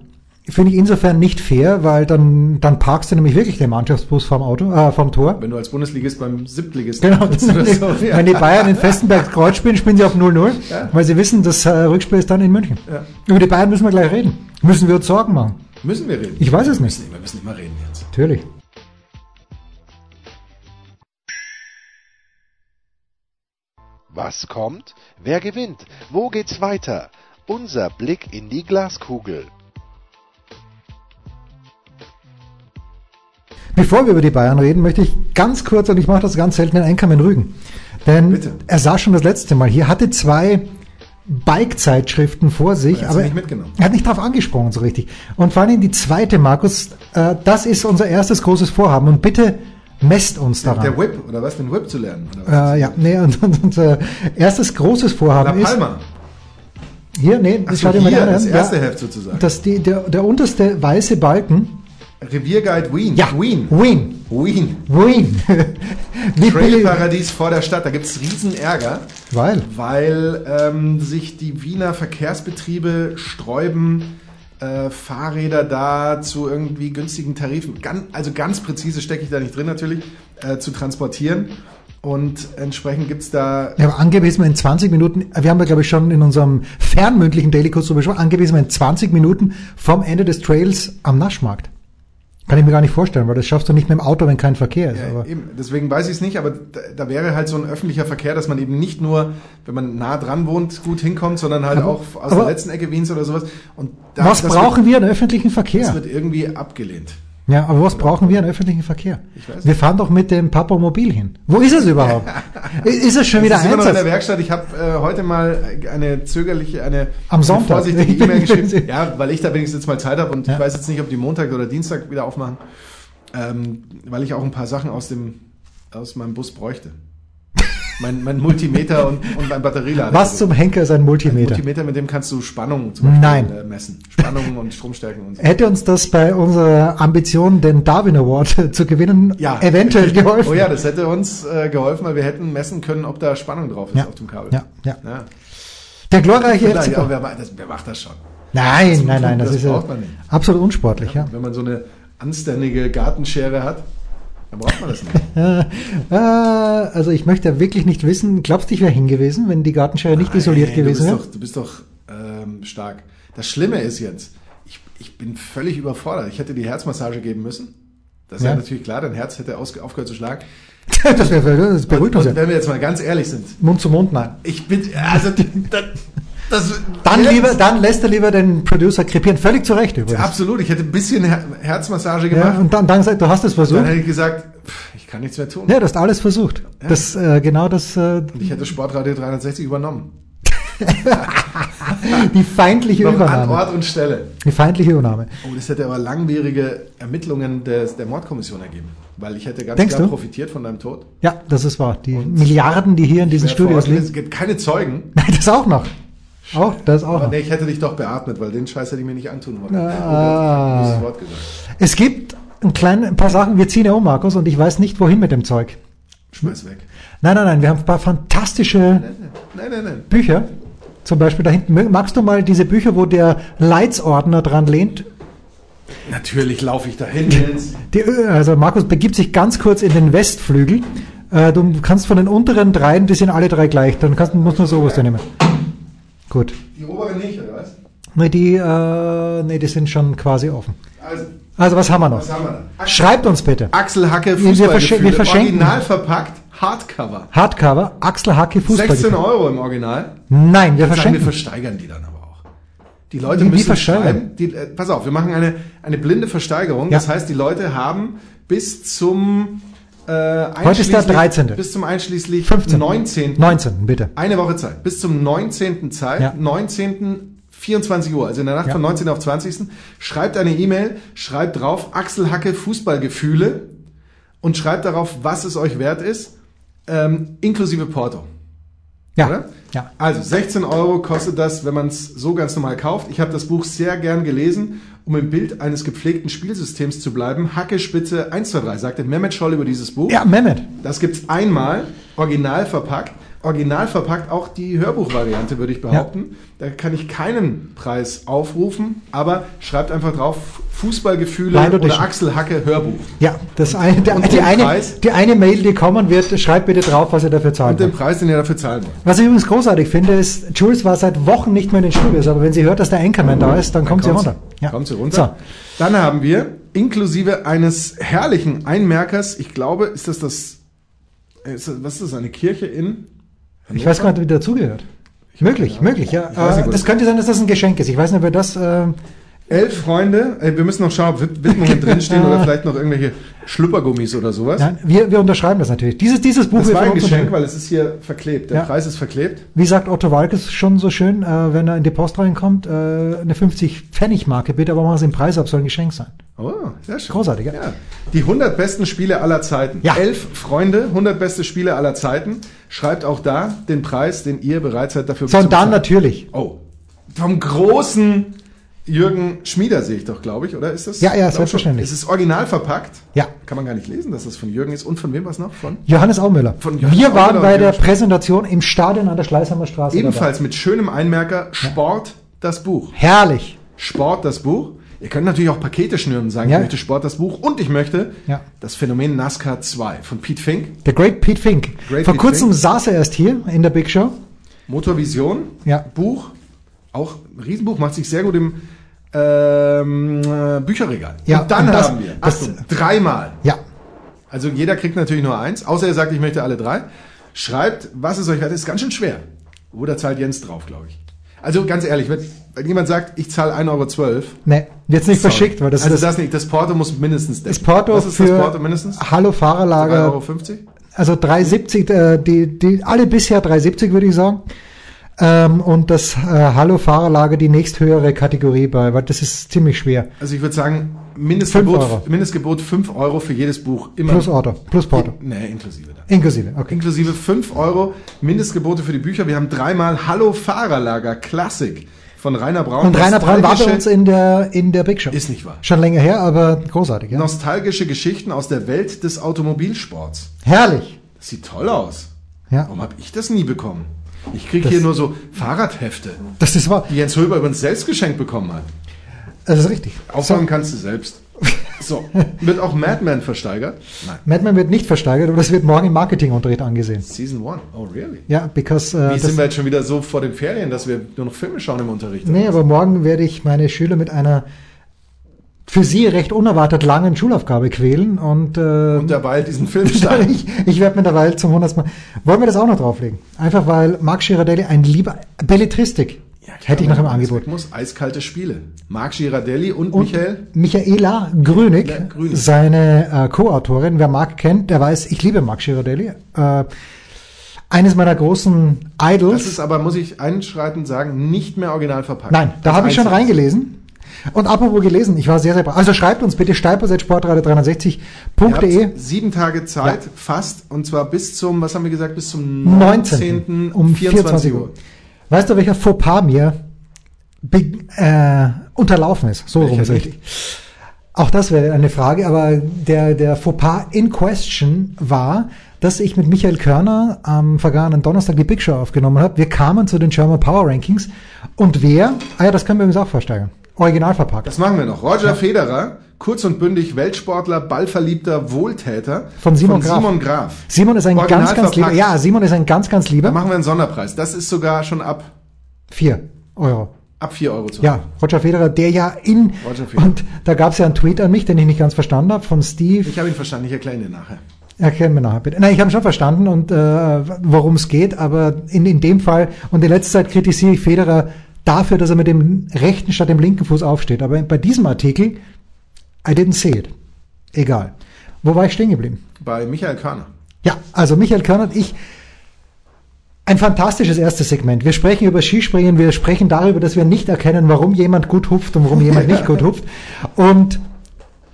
C: Finde ich insofern nicht fair, weil dann, dann parkst du nämlich wirklich den Mannschaftsbus vom Auto, äh, vom Tor.
D: Wenn du als Bundesligist beim Siebtligisten
C: Genau,
D: sitzt
C: (laughs)
D: oder so, ja.
C: wenn die Bayern in Festenberg Kreuz spielen, spielen sie auf 0-0, weil sie wissen, das äh, Rückspiel ist dann in München.
D: Ja.
C: Über die Bayern müssen wir gleich reden. Müssen wir uns Sorgen machen?
D: Müssen wir reden?
C: Ich weiß es
D: Wir
C: nicht.
D: müssen, wir müssen immer reden jetzt.
C: Natürlich.
B: Was kommt? Wer gewinnt? Wo geht's weiter? Unser Blick in die Glaskugel.
C: Bevor wir über die Bayern reden, möchte ich ganz kurz, und ich mache das ganz selten, den Einkam in Rügen. Denn
D: Bitte.
C: er saß schon das letzte Mal hier, hatte zwei Bike-Zeitschriften vor sich,
D: hat's
C: aber
D: nicht mitgenommen.
C: er hat nicht drauf angesprochen so richtig. Und vor allem die zweite, Markus, äh, das ist unser erstes großes Vorhaben und bitte messt uns daran.
D: Der Whip, oder was, den Whip zu lernen? Oder was?
C: Äh, ja, nee, und, und, und äh, erstes großes
D: La
C: Vorhaben ist.
D: Palma.
C: Hier, nee, das
D: So,
C: war
D: hier,
C: der
D: das erste
C: ja,
D: Heft sozusagen.
C: dass die, der, der unterste weiße Balken.
D: Revierguide Wien.
C: Ja,
D: Wien.
C: Wien. (laughs)
D: Wien.
C: Wien. Wie billig.
D: Trailparadies vor der Stadt. Da gibt es riesen Ärger.
C: Weil.
D: weil ähm, sich die Wiener Verkehrsbetriebe sträuben, äh, Fahrräder da zu irgendwie günstigen Tarifen, ganz, also ganz präzise stecke ich da nicht drin natürlich, äh, zu transportieren. Und entsprechend gibt's da
C: Ja, aber angeblich ist man in 20 Minuten, wir haben ja glaube ich schon in unserem fernmündlichen Daily Kurs drüber gesprochen, angeblich ist man in 20 Minuten vom Ende des Trails am Naschmarkt. Kann ich mir gar nicht vorstellen, weil das schaffst du nicht mit dem Auto, wenn kein Verkehr ist. aber
D: Ja, äh, eben, deswegen weiß ich es nicht, aber da, da wäre halt so ein öffentlicher Verkehr, dass man eben nicht nur, wenn man nah dran wohnt, gut hinkommt, sondern halt
C: Aber-
D: auch aus
C: aber-
D: der letzten Ecke Wiens oder sowas. Und da-
C: was
D: das
C: brauchen wir an öffentlichen
D: wird, das
C: Verkehr?
D: wird irgendwie abgelehnt.
C: Ja, aber was brauchen wir an öffentlichen Verkehr?
D: Ich weiß
C: Wir fahren doch mit dem Papamobil hin. Wo ist es
D: (laughs)
C: überhaupt? ist es schon wieder
D: das ist immer noch in der
C: einsatz?
D: Werkstatt. Ich habe äh, heute mal eine zögerliche, eine
C: Am
D: eine
C: Sonntag. (laughs)
D: vorsichtige E-Mail geschrieben. Ja, weil ich da wenigstens jetzt mal Zeit habe und
C: Ja.
D: ich weiß jetzt nicht, ob die Montag oder Dienstag wieder aufmachen, ähm, weil ich auch ein paar Sachen aus dem aus meinem Bus
C: (laughs)
D: bräuchte. mein, mein Multimeter und, und mein Batterielader. Also
C: Was zum Henker ist ein Multimeter?
D: Multimeter, mit dem kannst du Spannung zum Beispiel
C: Nein.
D: äh, messen.
C: (laughs)
D: Spannungen und Stromstärken und so.
C: Hätte uns das bei unserer Ambition, den Darwin Award (laughs) zu gewinnen, eventuell geholfen?
D: (laughs) Oh ja, das hätte uns äh, geholfen, weil wir hätten messen können, ob da Spannung drauf ist
C: Ja.
D: auf dem Kabel.
C: Ja, ja.
D: ja.
C: Der glorreiche
D: Nein,
C: FC.
D: aber wer, ma- das, wer macht das schon?
C: Nein, nein, nein, das,
D: das
C: ist ja
D: braucht man nicht.
C: absolut unsportlich. Ja.
D: Wenn man so eine anständige Gartenschere hat, dann braucht man das nicht.
C: Äh, äh, also ich möchte ja wirklich nicht wissen, glaubst du, ich wäre hingewiesen, wenn die Gartenschere nicht (laughs) isoliert
D: Nein,
C: gewesen
D: du
C: wäre?
D: bist doch, du bist doch ähm, stark. Das Schlimme ist jetzt, ich, ich bin völlig überfordert. Ich hätte die Herzmassage geben müssen. Das ist ja,
C: Ja.
D: natürlich klar, dein Herz hätte ausge, aufgehört zu schlagen.
C: (laughs) Das, wär, das beruhigt
D: Und,
C: uns ja.
D: und wenn wir jetzt mal ganz ehrlich sind,
C: Mund zu Mund, nein.
D: ich bin, also, das, das,
C: Dann, lieber, dann lässt er lieber den Producer krepieren. Völlig zu Recht übrigens.
D: Absolut, ich hätte ein bisschen Her Herzmassage
C: Ja,
D: gemacht.
C: und dann, dann sagt, du hast es
D: dann
C: versucht.
D: hätte ich gesagt, pff, ich kann nichts mehr tun.
C: Ja, du hast alles versucht. Das, äh, genau das, äh,
D: Ich hätte Sportradio 360 übernommen.
C: die feindliche
D: Noch an
C: Übernahme.
D: Ort und Stelle.
C: Die feindliche Übernahme.
D: Oh, das hätte aber langwierige Ermittlungen des, der Mordkommission ergeben. Weil ich hätte ganz
C: Denkst
D: klar
C: du?
D: profitiert von deinem Tod.
C: Ja, das ist wahr. Die Milliarden, die hier in diesen
D: Wer vor
C: Studios
D: Ort
C: liegen.
D: ist, gibt keine Zeugen.
C: Nein, (laughs) das auch noch. Auch, das auch
D: Aber
C: noch.
D: nee, ich hätte dich doch beatmet, weil den Scheiß hätte ich mir nicht antun wollen.
C: Ah.
D: Oh Gott, ich hab dieses Wort gesagt.
C: Es gibt ein, klein, ein paar Sachen, wir ziehen ja um, Markus, und ich weiß nicht, wohin mit dem Zeug.
D: Schmeiß weg.
C: Nein, nein, nein, wir haben ein paar fantastische
D: Nein, nein, nein.
C: Bücher. Zum Beispiel da hinten. Magst du mal diese Bücher, wo der Leitsordner dran lehnt?
D: Natürlich laufe ich dahin jetzt.
C: Die, also Markus begibt sich ganz kurz in den Westflügel. Äh, Du kannst von den unteren dreien, die sind alle drei gleich. Dann kannst, musst du nur das oberste nehmen. Gut.
D: Die obere nicht, oder was?
C: Ne, die, äh, nee, die sind schon quasi offen.
D: Also,
C: Also was haben wir
D: was
C: noch?
D: haben wir da?
C: Schreibt uns bitte.
D: Axel Hacke
C: Wir verschen-
D: Fußballgefühle.
C: wir verschenken.
D: Original verpackt, Hardcover.
C: Hardcover, Axel Hacke,
D: 16
C: Fußball.
D: Euro im Original.
C: Nein, wir
D: Ich würde sagen,
C: verschenken.
D: wir versteigern die dann aber auch. Die Leute
C: Wie- wie
D: müssen
C: versteigern?
D: schreiben. Die, äh, pass auf, wir machen eine, eine blinde Versteigerung.
C: Ja.
D: Das heißt, die Leute haben bis zum äh, Heute
C: ist der 13..
D: Bis zum einschließlich
C: 15..
D: 19.
C: 19, bitte.
D: Eine Woche Zeit. Bis zum 19. Zeit.
C: Ja.
D: 19. 24 Uhr, also in der Nacht
C: Ja.
D: von 19. auf 20. Schreibt eine E-Mail, schreibt drauf Axel Hacke Fußballgefühle und schreibt darauf, was es euch wert ist, ähm, inklusive Porto.
C: Ja.
D: Oder?
C: ja.
D: Also 16 Euro kostet das, wenn man es so ganz normal kauft. Ich habe das Buch sehr gern gelesen, um im Bild eines gepflegten Spielsystems zu bleiben. Hacke Spitze 123 sagte Mehmet Scholl über dieses Buch.
C: Ja, Mehmet.
D: Das gibt's einmal, original verpackt. Original verpackt auch die Hörbuchvariante, würde ich behaupten. Da kann ich keinen Preis aufrufen, aber schreibt einfach drauf Fußballgefühle
C: Blind
D: oder
C: Audition.
D: Axel Hacke Hörbuch.
C: Ja, das eine, der,
D: und
C: die,
D: den
C: eine,
D: Preis?
C: die eine Mail, die kommen wird, schreibt bitte drauf, was ihr dafür zahlen
D: Und den
C: wollt.
D: Preis, den ihr dafür zahlen wollt.
C: Was ich übrigens großartig finde, ist, Jules war seit Wochen nicht mehr in den Studios, aber wenn sie hört, dass der Anchorman da ist, dann, kommt sie runter. Ja.
D: Kommt sie runter.
C: So.
D: Dann haben wir inklusive eines herrlichen Einmerkers, ich glaube, ist das das, äh, ist das was ist das, eine Kirche in?
C: Ich weiß gar nicht, wie dazugehört. Möglich, möglich, ja.
D: Ich weiß nicht,
C: Äh,
D: wo
C: das
D: das-
C: könnte sein, dass das ein Geschenk ist. Ich weiß nicht, wer das. Äh,
D: Elf Freunde, Ey, wir müssen noch schauen, ob Wid- Widmungen drinstehen oder vielleicht noch irgendwelche Schluppergummis oder sowas.
C: nein, wir, wir unterschreiben das natürlich. Dieses, dieses Buch
D: Das
C: wird
D: war
C: von
D: ein
C: uns
D: Geschenk,
C: unterschrieben.
D: weil es ist hier verklebt. Der
C: Ja.
D: Preis ist verklebt.
C: Wie sagt Otto Walkes schon so schön, äh, wenn er in die Post reinkommt, äh, eine 50-Pfennig-Marke bitte, aber machen Sie den Preis ab, soll ein Geschenk sein.
D: Oh, sehr schön.
C: Großartig, ja.
D: Ja. Die 100 besten Spiele aller Zeiten.
C: Ja.
D: Elf Freunde, 100 beste Spiele aller Zeiten. Schreibt auch da den Preis, den ihr bereit seid dafür
C: So, und dann
D: bezahlen.
C: natürlich.
D: Oh. Vom großen Jürgen Schmieder sehe ich doch, glaube ich, oder ist das?
C: Ja, ja,
D: Glaub
C: selbstverständlich.
D: schon. Es ist original verpackt.
C: Ja.
D: Kann man gar nicht lesen, dass das von Jürgen ist. Und von wem war es noch? Von?
C: Johannes Aumüller.
D: Von Johannes
C: wir waren
D: Aumüller
C: bei
D: und
C: der
D: Jürgen Schmidt.
C: Präsentation im Stadion an der Schleißheimer Straße.
D: Ebenfalls mit schönem Einmerker Sport das Buch.
C: Dabei. Herrlich.
D: Sport das Buch. Ihr könnt natürlich auch Pakete schnüren und sagen,
C: Ja.
D: ich möchte Sport das Buch und ich möchte
C: Ja.
D: das Phänomen NASCAR 2 von Pete Fink.
C: Der Great Pete Fink.
D: Great
C: Vor
D: Pete
C: kurzem
D: Fink.
C: saß er erst hier in der Big Show.
D: Motorvision,
C: Ja.
D: Buch, auch ein Riesenbuch, macht sich sehr gut im ähm, äh, Bücherregal.
C: Ja,
D: und dann
C: und das-
D: haben wir,
C: das-
D: Achtung, dreimal.
C: Ja.
D: Also jeder kriegt natürlich nur eins, außer ihr sagt, ich möchte alle drei. Schreibt, was es euch wert ist, ganz schön schwer. Oder zahlt Jens drauf, glaube ich. Also ganz ehrlich, wenn, wenn jemand sagt, ich zahle 1,12 Euro,
C: Nee, wird's nicht verschickt, weil das
D: also
C: ist das,
D: das nicht, das Porto muss mindestens decken.
C: das Porto
D: Was ist
C: für
D: das Porto mindestens?
C: Hallo Fahrerlager
D: 3,50 Euro?
C: Also 370, äh, die, die, alle bisher 370 würde ich sagen. Ähm, und das äh, Hallo-Fahrerlager die nächsthöhere Kategorie bei, weil das ist ziemlich schwer.
D: Also ich würde sagen,
C: Fünf Euro.
D: Mindestgebot, Mindestgebot 5 Euro für jedes Buch. Immer.
C: Plus Auto, plus Porto.
D: Nee, inklusive dann.
C: Inklusive, okay.
D: Inklusive 5 Euro Mindestgebote für die Bücher. Wir haben dreimal Hallo Fahrerlager Klassik von Rainer Braun.
C: Und Rainer Braun war bei
D: Nostalgische-
C: uns in der, in der Big Show.
D: Ist nicht wahr.
C: Schon länger her, aber großartig, ja.
D: Nostalgische Geschichten aus der Welt des Automobilsports.
C: Herrlich.
D: Das sieht toll aus.
C: Ja,
D: Warum habe ich das nie bekommen? Ich kriege
C: Das-
D: hier nur so Fahrradhefte,
C: das ist wahr.
D: die Jens Höber übrigens selbst geschenkt bekommen hat.
C: Das ist richtig.
D: Aufräumen kannst
C: (laughs)
D: du selbst. So, wird auch Madman versteigert? Nein.
C: Madman wird nicht versteigert, aber das wird morgen im Marketingunterricht angesehen.
D: Season 1. Oh, really?
C: Ja, because...
D: Wie
C: Äh,
D: sind
C: das,
D: wir jetzt schon wieder so vor den Ferien, dass wir nur noch Filme schauen im Unterricht?
C: nee, aber morgen werde ich meine Schüler mit einer für sie recht unerwartet langen Schulaufgabe quälen und... Äh, (laughs)
D: Und dabei diesen Film starten.
C: Ich, ich werde mittlerweile zum hundertsten Mal. Wollen wir das auch noch drauflegen? Einfach weil Marc Girardelli ein lieber Belletristik hätte ich noch im Angebot.
D: Muss eiskalte Spiele. Marc Girardelli und,
C: Und
D: Michael.
C: Michaela Grönig,
D: Ja, Grönig.
C: seine äh, Co-Autorin, wer Marc kennt, der weiß, ich liebe Marc Girardelli. Äh, eines meiner großen
D: Das
C: Idols.
D: ist aber, muss ich einschreitend sagen, nicht mehr original verpackt.
C: Nein, da
D: Als
C: habe ich schon
D: einziges.
C: reingelesen. Und apropos gelesen, ich war sehr, sehr. bra- Also schreibt uns bitte
D: Ihr habt
C: steilprozentsportrate360.de.
D: Sieben Tage Zeit, fast, und zwar bis zum, was haben wir gesagt, bis zum
C: 19.
D: 19.
C: um 24 Uhr. Weißt du, welcher Fauxpas mir be- äh, unterlaufen ist? So rum
D: Welcher
C: ist richtig. Auch das wäre eine Frage, aber der, der Fauxpas in question war, dass ich mit Michael Körner am vergangenen Donnerstag die Big Show aufgenommen habe. Wir kamen zu den German Power Rankings und wer, ah ja, das können wir übrigens auch versteigern. Original verpackt.
D: Das machen wir noch. Roger Federer, kurz und bündig Weltsportler, ballverliebter Wohltäter.
C: Von Simon Graf.
D: Simon Graf.
C: Simon ist ein
D: Original
C: ganz, ganz lieber,
D: verpackt.
C: ja, Simon ist ein ganz, ganz
D: Da
C: lieber.
D: machen wir einen Sonderpreis. Das ist sogar schon ab,
C: Vier Euro.
D: ab 4 Euro zu
C: Ja, Roger Federer, der ja in.
D: Roger Federer.
C: Und da gab's ja einen Tweet an mich, den ich nicht ganz verstanden habe, von Steve.
D: Ich habe ihn verstanden, ich erkläre ihn dir nachher.
C: Erklären wir nachher bitte. Nein, ich habe schon verstanden, und äh, worum es geht, aber in, in dem Fall, und in letzter Zeit kritisiere ich Federer dafür, dass er mit dem rechten statt dem linken Fuß aufsteht. Aber bei diesem Artikel, I didn't see it. Egal. Wo war ich stehen geblieben?
D: Bei Michael Körner.
C: Ja, also Michael Körner und ich. Ein fantastisches erstes Segment. Wir sprechen über Skispringen, wir sprechen darüber, dass wir nicht erkennen, warum jemand gut hupft und warum jemand nicht gut hupft. Und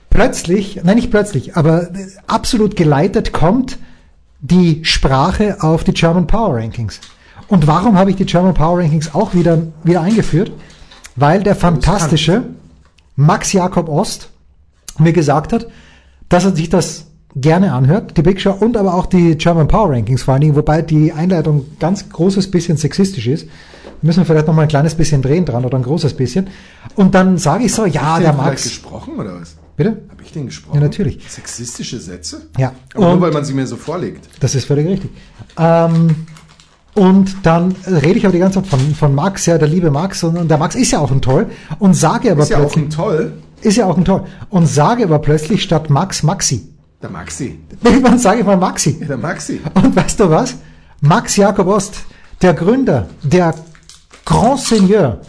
C: plötzlich, nein, nicht plötzlich, aber absolut geleitet kommt die Sprache auf die German Power Rankings. Und warum habe ich die German Power Rankings auch wieder, wieder eingeführt? Weil der fantastische Max Jakob Ost mir gesagt hat, dass er sich das gerne anhört, die Big Show und aber auch die German Power Rankings vor allen Dingen, wobei die Einleitung ganz großes bisschen sexistisch ist. Müssen wir vielleicht noch mal ein kleines bisschen drehen dran oder ein großes bisschen. Und dann sage ich so, ja,
D: Hat
C: der
D: den vielleicht
C: Max.
D: gesprochen oder was?
C: Bitte?
D: Habe ich den gesprochen?
C: Ja, natürlich.
D: Sexistische Sätze?
C: Ja.
D: Aber
C: Und-
D: nur weil man sie mir so vorlegt.
C: Das ist völlig richtig. Ähm, und dann rede ich aber die ganze Zeit von, von Max, ja, der liebe Max. Und, und der Max ist ja auch ein Toll. Und sage aber
D: Ist ja auch
C: plötzlich,
D: ein toll.
C: ist ja auch ein Toll. Und sage aber plötzlich statt Max Maxi. (laughs)
D: Der Maxi.
C: Irgendwann sage ich mal Maxi.
D: Der Maxi.
C: Und weißt du was? Max Jakob Ost, der Gründer, der Grand
D: (laughs)
C: Seigneur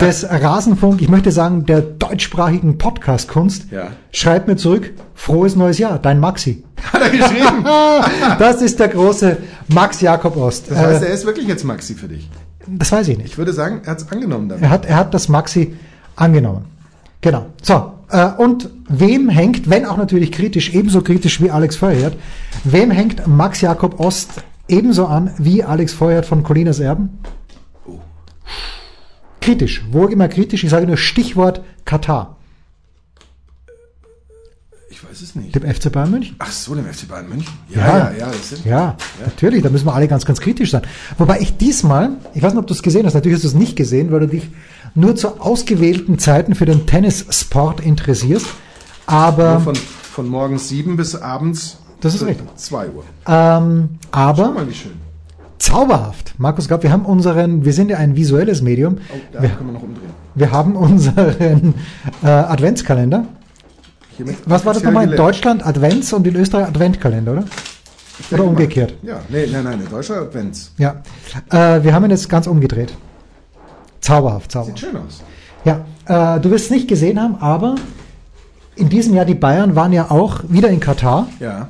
C: des Rasenfunk, ich möchte sagen, der deutschsprachigen Podcast-Kunst,
D: Ja.
C: schreibt mir zurück, frohes neues Jahr, dein Maxi.
D: Hat
C: (laughs)
D: er geschrieben.
C: Das ist der große Max Jakob Ost.
D: Das heißt,
C: äh,
D: er ist wirklich jetzt Maxi für dich.
C: das weiß ich nicht.
D: Ich würde sagen, er hat es angenommen damit.
C: Er hat, er hat das Maxi angenommen. Genau. So, äh, und wem hängt, wenn auch natürlich kritisch, ebenso kritisch wie Alex Feuerherd, wem hängt Max Jakob Ost ebenso an wie Alex Feuerherd von Colinas Erben? Kritisch, wohl immer kritisch, ich sage nur Stichwort Katar,
D: Ich weiß es nicht.
C: dem FC Bayern München.
D: Ach so, dem FC Bayern München.
C: Ja.
D: ja, ja. das sind-
C: Ja, natürlich, da müssen wir alle ganz, ganz kritisch sein. Wobei ich diesmal, ich weiß nicht, ob du es gesehen hast, natürlich hast du es nicht gesehen, weil du dich nur zu ausgewählten Zeiten für den Tennissport interessierst, aber...
D: Nur von, von morgens 7 bis abends
C: Das ist richtig.
D: 2 Uhr.
C: Ähm,
D: Guck
C: aber
D: mal, wie schön.
C: zauberhaft. Markus, glaub, wir haben unseren, wir sind ja ein visuelles Medium.
D: Oh, da
C: Wir,
D: können wir noch umdrehen.
C: wir haben unseren äh, Adventskalender.
D: Hiermit
C: Was war das
D: offiziell
C: nochmal in
D: gelehrt.
C: Deutschland? Advents und in Österreich Adventkalender, oder? Oder umgekehrt.
D: Ja, nee, nein, nein, in Deutschland, wenn's.
C: Ja. Äh, wir haben ihn jetzt ganz umgedreht. Zauberhaft, zauberhaft.
D: Sieht schön aus.
C: Ja, äh, du wirst es nicht gesehen haben, aber in diesem Jahr die Bayern waren ja auch wieder in Katar.
D: Ja,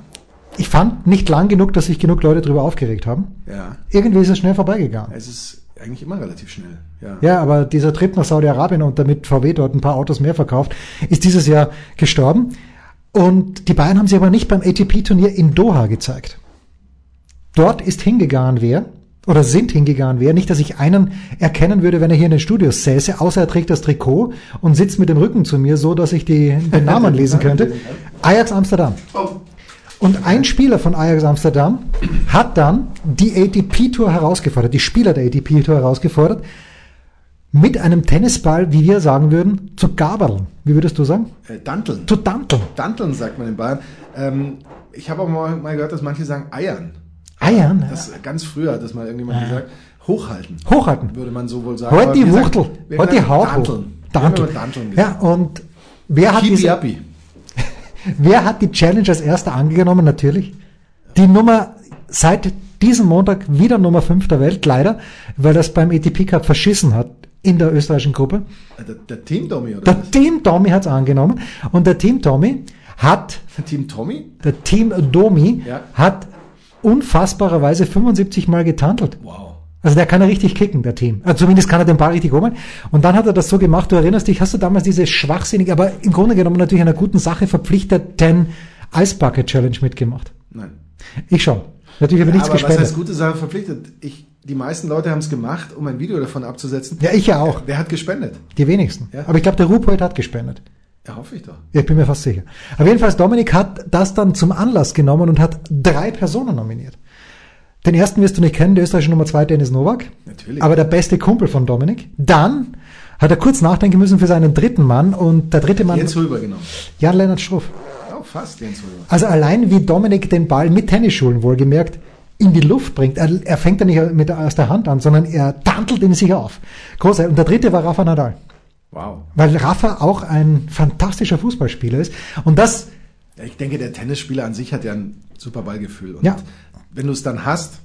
C: Ich fand nicht lang genug, dass sich genug Leute darüber aufgeregt haben.
D: ja.
C: Irgendwie ist es schnell vorbeigegangen.
D: Es ist eigentlich immer relativ schnell. Ja.
C: Ja, aber dieser Trip nach Saudi-Arabien und damit VW dort ein paar Autos mehr verkauft, ist dieses Jahr gestorben. Und die Bayern haben sie aber nicht beim ATP-Turnier in Doha gezeigt. Dort ist hingegangen wer, oder sind hingegangen wer, nicht, dass ich einen erkennen würde, wenn er hier in den Studios säße, außer er trägt das Trikot und sitzt mit dem Rücken zu mir, so dass ich die, den Namen lesen könnte. Ajax Amsterdam. Und ein Spieler von Ajax Amsterdam hat dann die ATP-Tour herausgefordert, die Spieler der ATP-Tour herausgefordert, mit einem Tennisball, wie wir sagen würden, zu gabeln. Wie würdest du sagen?
D: Äh, Danteln.
C: Zu danteln.
D: Danteln sagt man in Bayern. Ähm, ich habe auch mal, mal gehört, dass manche sagen Eiern.
C: Eiern.
D: Das äh, ganz früher hat das mal irgendjemand gesagt. Hochhalten,
C: ja. Hochhalten.
D: würde man so wohl sagen.
C: Heute
D: Aber
C: Halt die
D: wir sagen-
C: Wuchtel.
D: wir
C: Heute die
D: sagen
C: Haut. hoch.
D: Danteln.
C: Danteln.
D: Wir haben immer Danteln gesagt.
C: Ja, und wer hat,
D: Hippie
C: diese,
D: Happy.
C: wer hat die Challenge als erster angenommen? Natürlich. Die Nummer seit diesem Montag wieder Nummer 5 der Welt, leider, weil das beim ATP Cup verschissen hat in der österreichischen Gruppe.
D: Äh, Der, der Team Tommy, oder?
C: Der Team Tommy hat es angenommen und der Team Tommy hat,
D: was? Team Tommy?
C: der Team Domi
D: Ja.
C: hat unfassbarerweise 75 Mal getantelt.
D: Wow.
C: Also der kann ja richtig kicken, der Team. Also zumindest kann er den Ball richtig holen. Und dann hat er das so gemacht, du erinnerst dich, hast du damals diese schwachsinnige, aber im Grunde genommen natürlich einer guten Sache verpflichteten Ice Bucket Challenge mitgemacht.
D: Nein.
C: Ich schon. Natürlich habe ich nichts
D: Aber was heißt
C: gespendet.
D: gute Sache verpflichtet? Ich, die meisten Leute haben es gemacht, um ein Video davon abzusetzen.
C: Ja, ich ja auch.
D: Wer hat gespendet?
C: Die wenigsten.
D: Ja.
C: Aber ich glaube, der Rupold hat gespendet.
D: Ja, hoffe ich doch.
C: Ja, Ich bin mir fast sicher. Aber jedenfalls, Dominik hat das dann zum Anlass genommen und hat drei Personen nominiert. Den ersten wirst du nicht kennen, der österreichische Nummer zwei, Dennis Nowak.
D: Natürlich.
C: Aber der beste Kumpel von Dominik. Dann hat er kurz nachdenken müssen für seinen dritten Mann und der dritte Mann,
D: Jens Rüber genommen.
C: Jan-Lennart Struff.
D: Oh, fast Jens Rüber.
C: Also allein wie Dominik den Ball mit Tennisschuhen wohlgemerkt in die Luft bringt. Er, er fängt ja nicht mit, aus der Hand an, sondern er tantelt ihn sich auf. Großartig. Und der dritte war Rafa Nadal.
D: Wow.
C: Weil Rafa auch ein fantastischer Fußballspieler ist. Und das
D: Ja, ich denke, der Tennisspieler an sich hat ja ein super Ballgefühl. Und
C: Ja.
D: wenn du es dann hast,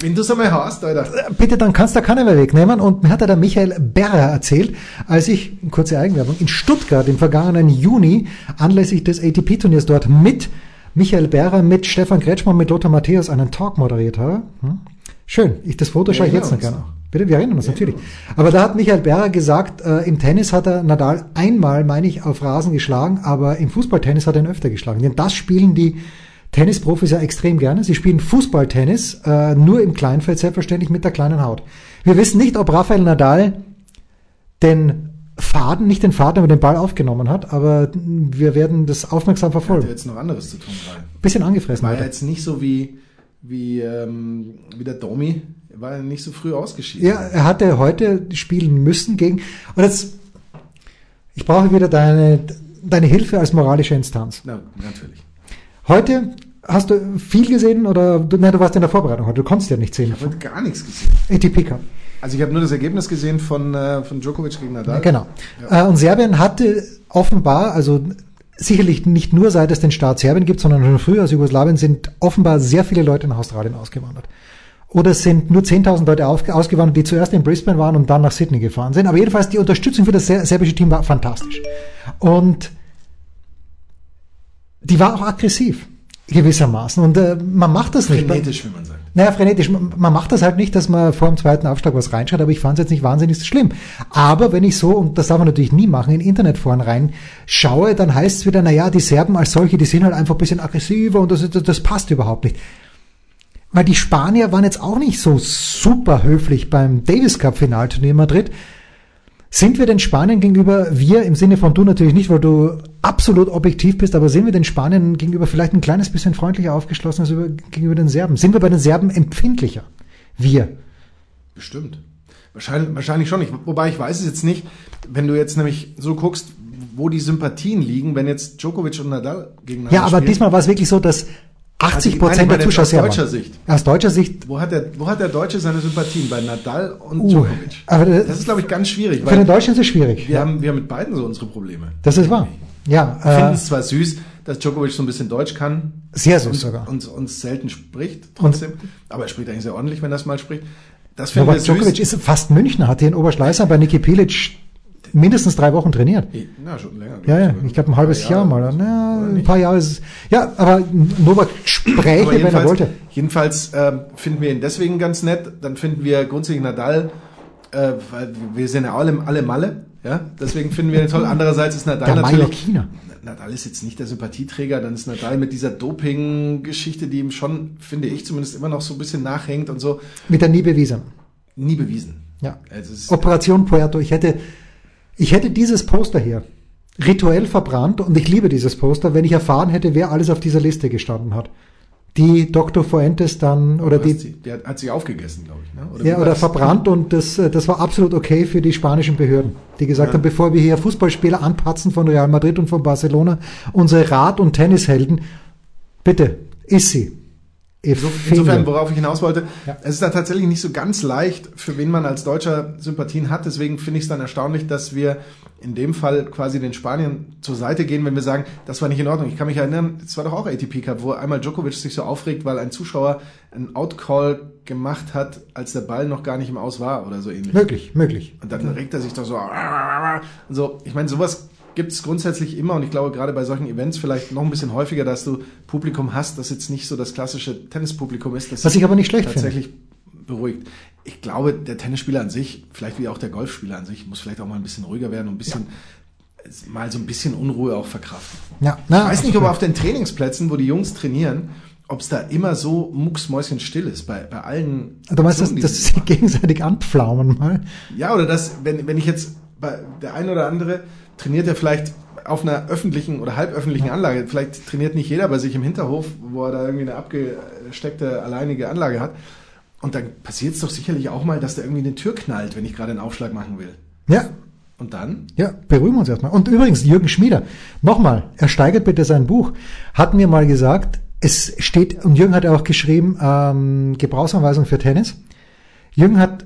D: wenn du es einmal hast, Alter.
C: bitte, dann kannst du keiner mehr wegnehmen. Und mir hat ja der Michael Berrer erzählt, als ich, kurze Eigenwerbung, in Stuttgart im vergangenen Juni anlässlich des ATP-Turniers dort mit Michael Berrer, mit Stefan Kretschmann, mit Lothar Matthäus einen Talk moderiert habe. Hm? Schön, ich das Foto schaue ich
D: erinnern
C: jetzt noch
D: uns
C: gerne.
D: noch.
C: Bitte, wir erinnern uns natürlich. Aber da hat Michael Berrer gesagt, äh, im Tennis hat er Nadal einmal, meine ich, auf Rasen geschlagen, aber im Fußballtennis hat er ihn öfter geschlagen. Denn das spielen die Tennisprofis ja extrem gerne. Sie spielen Fußballtennis, äh, nur im Kleinfeld selbstverständlich mit der kleinen Haut. Wir wissen nicht, ob Rafael Nadal den Faden, nicht den Faden, aber den Ball aufgenommen hat, aber wir werden das aufmerksam
D: Hat ja
C: verfolgen.
D: jetzt noch anderes zu tun. Weil
C: Bisschen angefressen
D: war ja
C: heute.
D: jetzt nicht so wie, wie, ähm, wie der Domi. Er war ja nicht so früh ausgeschieden.
C: Ja, er hatte heute spielen müssen gegen. Und jetzt, ich brauche wieder deine, deine Hilfe als moralische Instanz.
D: Na, natürlich.
C: Heute hast du viel gesehen oder du, nein, du warst in der Vorbereitung heute, du konntest ja nicht sehen.
D: Ich habe gar nichts gesehen.
C: ATP Cup.
D: Also ich habe nur das Ergebnis gesehen von, äh, von Djokovic gegen Nadal.
C: Genau. Äh, Und Serbien hatte offenbar, also sicherlich nicht nur seit es den Staat Serbien gibt, sondern schon früher aus Jugoslawien sind offenbar sehr viele Leute nach Australien ausgewandert. Oder es sind nur 10.000 Leute auf, ausgewandert, die zuerst in Brisbane waren und dann nach Sydney gefahren sind. Aber jedenfalls die Unterstützung für das ser- serbische Team war fantastisch. Und die war auch aggressiv gewissermaßen. Und äh, man macht das nicht.
D: Genetisch, wie man sagt.
C: Naja, frenetisch. Man man macht das halt nicht, dass man vor dem zweiten Aufschlag was reinschaut, aber ich fand es jetzt nicht wahnsinnig schlimm. Aber wenn ich so, und das darf man natürlich nie machen, in Internetforen reinschaue, dann heißt es wieder, naja, die Serben als solche, die sind halt einfach ein bisschen aggressiver und das, das, das passt überhaupt nicht. Weil die Spanier waren jetzt auch nicht so super höflich beim Davis Cup Finalturnier in Madrid. Sind wir den Spaniern gegenüber, wir im Sinne von du natürlich nicht, weil du absolut objektiv bist, aber sind wir den Spaniern gegenüber vielleicht ein kleines bisschen freundlicher aufgeschlossen als über, gegenüber den Serben? Sind wir bei den Serben empfindlicher? Wir.
D: Bestimmt. Wahrscheinlich, wahrscheinlich schon. Ich, wobei ich weiß es jetzt nicht, wenn du jetzt nämlich so guckst, wo die Sympathien liegen, wenn jetzt Djokovic und Nadal gegeneinander
C: Ja, aber
D: spielen.
C: diesmal war es wirklich so, dass 80
D: Also, ich
C: Prozent
D: meine,
C: der Zuschauer
D: aus
C: Serben.
D: deutscher Sicht.
C: Aus deutscher Sicht
D: Wo hat, der, wo hat der Deutsche seine Sympathien? Bei Nadal und
C: Uh,
D: Djokovic.
C: aber das-
D: das ist, glaube ich, ganz schwierig,
C: für den
D: weil
C: Deutschen ist es schwierig.
D: wir haben, wir haben mit beiden so unsere Probleme.
C: Das ist wahr. Ja,
D: Ich finde
C: äh,
D: es zwar süß, dass Djokovic so ein bisschen Deutsch kann
C: sehr so
D: und
C: sogar.
D: uns, uns selten spricht, trotzdem. aber er spricht eigentlich sehr ordentlich, wenn er es mal spricht. Das finden wir
C: Novak
D: süß.
C: Djokovic ist fast Münchner, hat hier in Oberschleißheim bei Niki Pilic mindestens drei Wochen trainiert.
D: Na, schon länger. glaub
C: Ja, ja,
D: sogar.
C: ich glaube ein halbes
D: Also, Ja,
C: Jahr mal.
D: oder so.
C: Na,
D: Oder
C: ein
D: nicht?
C: paar Jahre ist es. Ja, aber Novak
D: Aber
C: spräche, wenn er
D: jedenfalls-
C: wollte.
D: Jedenfalls ähm, finden wir ihn deswegen ganz nett. Dann finden wir grundsätzlich Nadal, äh, weil wir sind ja alle, alle Malle. Ja, deswegen finden wir ihn toll. Andererseits ist Nadal
C: Der Meiler
D: natürlich.
C: China.
D: Nadal ist jetzt nicht der Sympathieträger, dann ist Nadal mit dieser Doping-Geschichte, die ihm schon, finde ich zumindest, immer noch so ein bisschen nachhängt und so,
C: Mit der Niebewiese.
D: nie bewiesen.
C: Ja.
D: Also es ist,
C: Operation Puerto. Ich hätte, ich hätte dieses Poster hier rituell verbrannt und ich liebe dieses Poster, wenn ich erfahren hätte, wer alles auf dieser Liste gestanden hat. Die Dr. Fuentes dann oder
D: du hast
C: die
D: sie, der hat, hat sie aufgegessen, glaube ich. Ne?
C: Ja,
D: wie
C: oder
D: war's?
C: verbrannt und das, äh, das war absolut okay für die spanischen Behörden, die gesagt haben, bevor wir hier Fußballspieler anpatzen von Real Madrid und von Barcelona, unsere Rad- und Tennishelden, bitte, ist sie.
D: Insofern,
C: Insofern,
D: worauf ich hinaus wollte,
C: Ja.
D: es ist da tatsächlich nicht so ganz leicht, für wen man als Deutscher Sympathien hat. Deswegen finde ich es dann erstaunlich, dass wir in dem Fall quasi den Spaniern zur Seite gehen, wenn wir sagen, das war nicht in Ordnung. Ich kann mich erinnern, es war doch auch ATP Cup, wo einmal Djokovic sich so aufregt, weil ein Zuschauer einen Outcall gemacht hat, als der Ball noch gar nicht im Aus war oder so ähnlich.
C: möglich, möglich.
D: Und dann regt er sich doch so. Und so. Ich meine, sowas gibt es grundsätzlich immer und ich glaube gerade bei solchen Events vielleicht noch ein bisschen häufiger, dass du Publikum hast, das jetzt nicht so das klassische Tennispublikum ist. Das
C: Was ich aber nicht schlecht finde.
D: tatsächlich beruhigt. Ich glaube, der Tennisspieler an sich, vielleicht wie auch der Golfspieler an sich, muss vielleicht auch mal ein bisschen ruhiger werden und ein bisschen mal so ein bisschen Unruhe auch verkraften.
C: Ja,
D: Ich
C: na,
D: weiß nicht, ob auf den Trainingsplätzen, wo die Jungs trainieren, ob es da immer so mucksmäuschenstill ist bei, bei allen.
C: Du meinst, dass,
D: Aktionen, die
C: dass
D: sie
C: sie sich gegenseitig anpflaumen ne? mal?
D: ja, oder das, wenn, wenn ich jetzt bei der ein oder andere trainiert ja vielleicht auf einer öffentlichen oder halböffentlichen Anlage. Vielleicht trainiert nicht jeder bei sich im Hinterhof, wo er da irgendwie eine abgesteckte alleinige Anlage hat. Und dann passiert es doch sicherlich auch mal, dass da irgendwie eine Tür knallt, wenn ich gerade einen Aufschlag machen will.
C: Ja,
D: Und dann?
C: Ja, beruhigen wir uns erstmal. Und übrigens, Jürgen Schmieder, nochmal, er steigert bitte sein Buch, hat mir mal gesagt, es steht, und Jürgen hat auch geschrieben, ähm, Gebrauchsanweisung für Tennis. Jürgen hat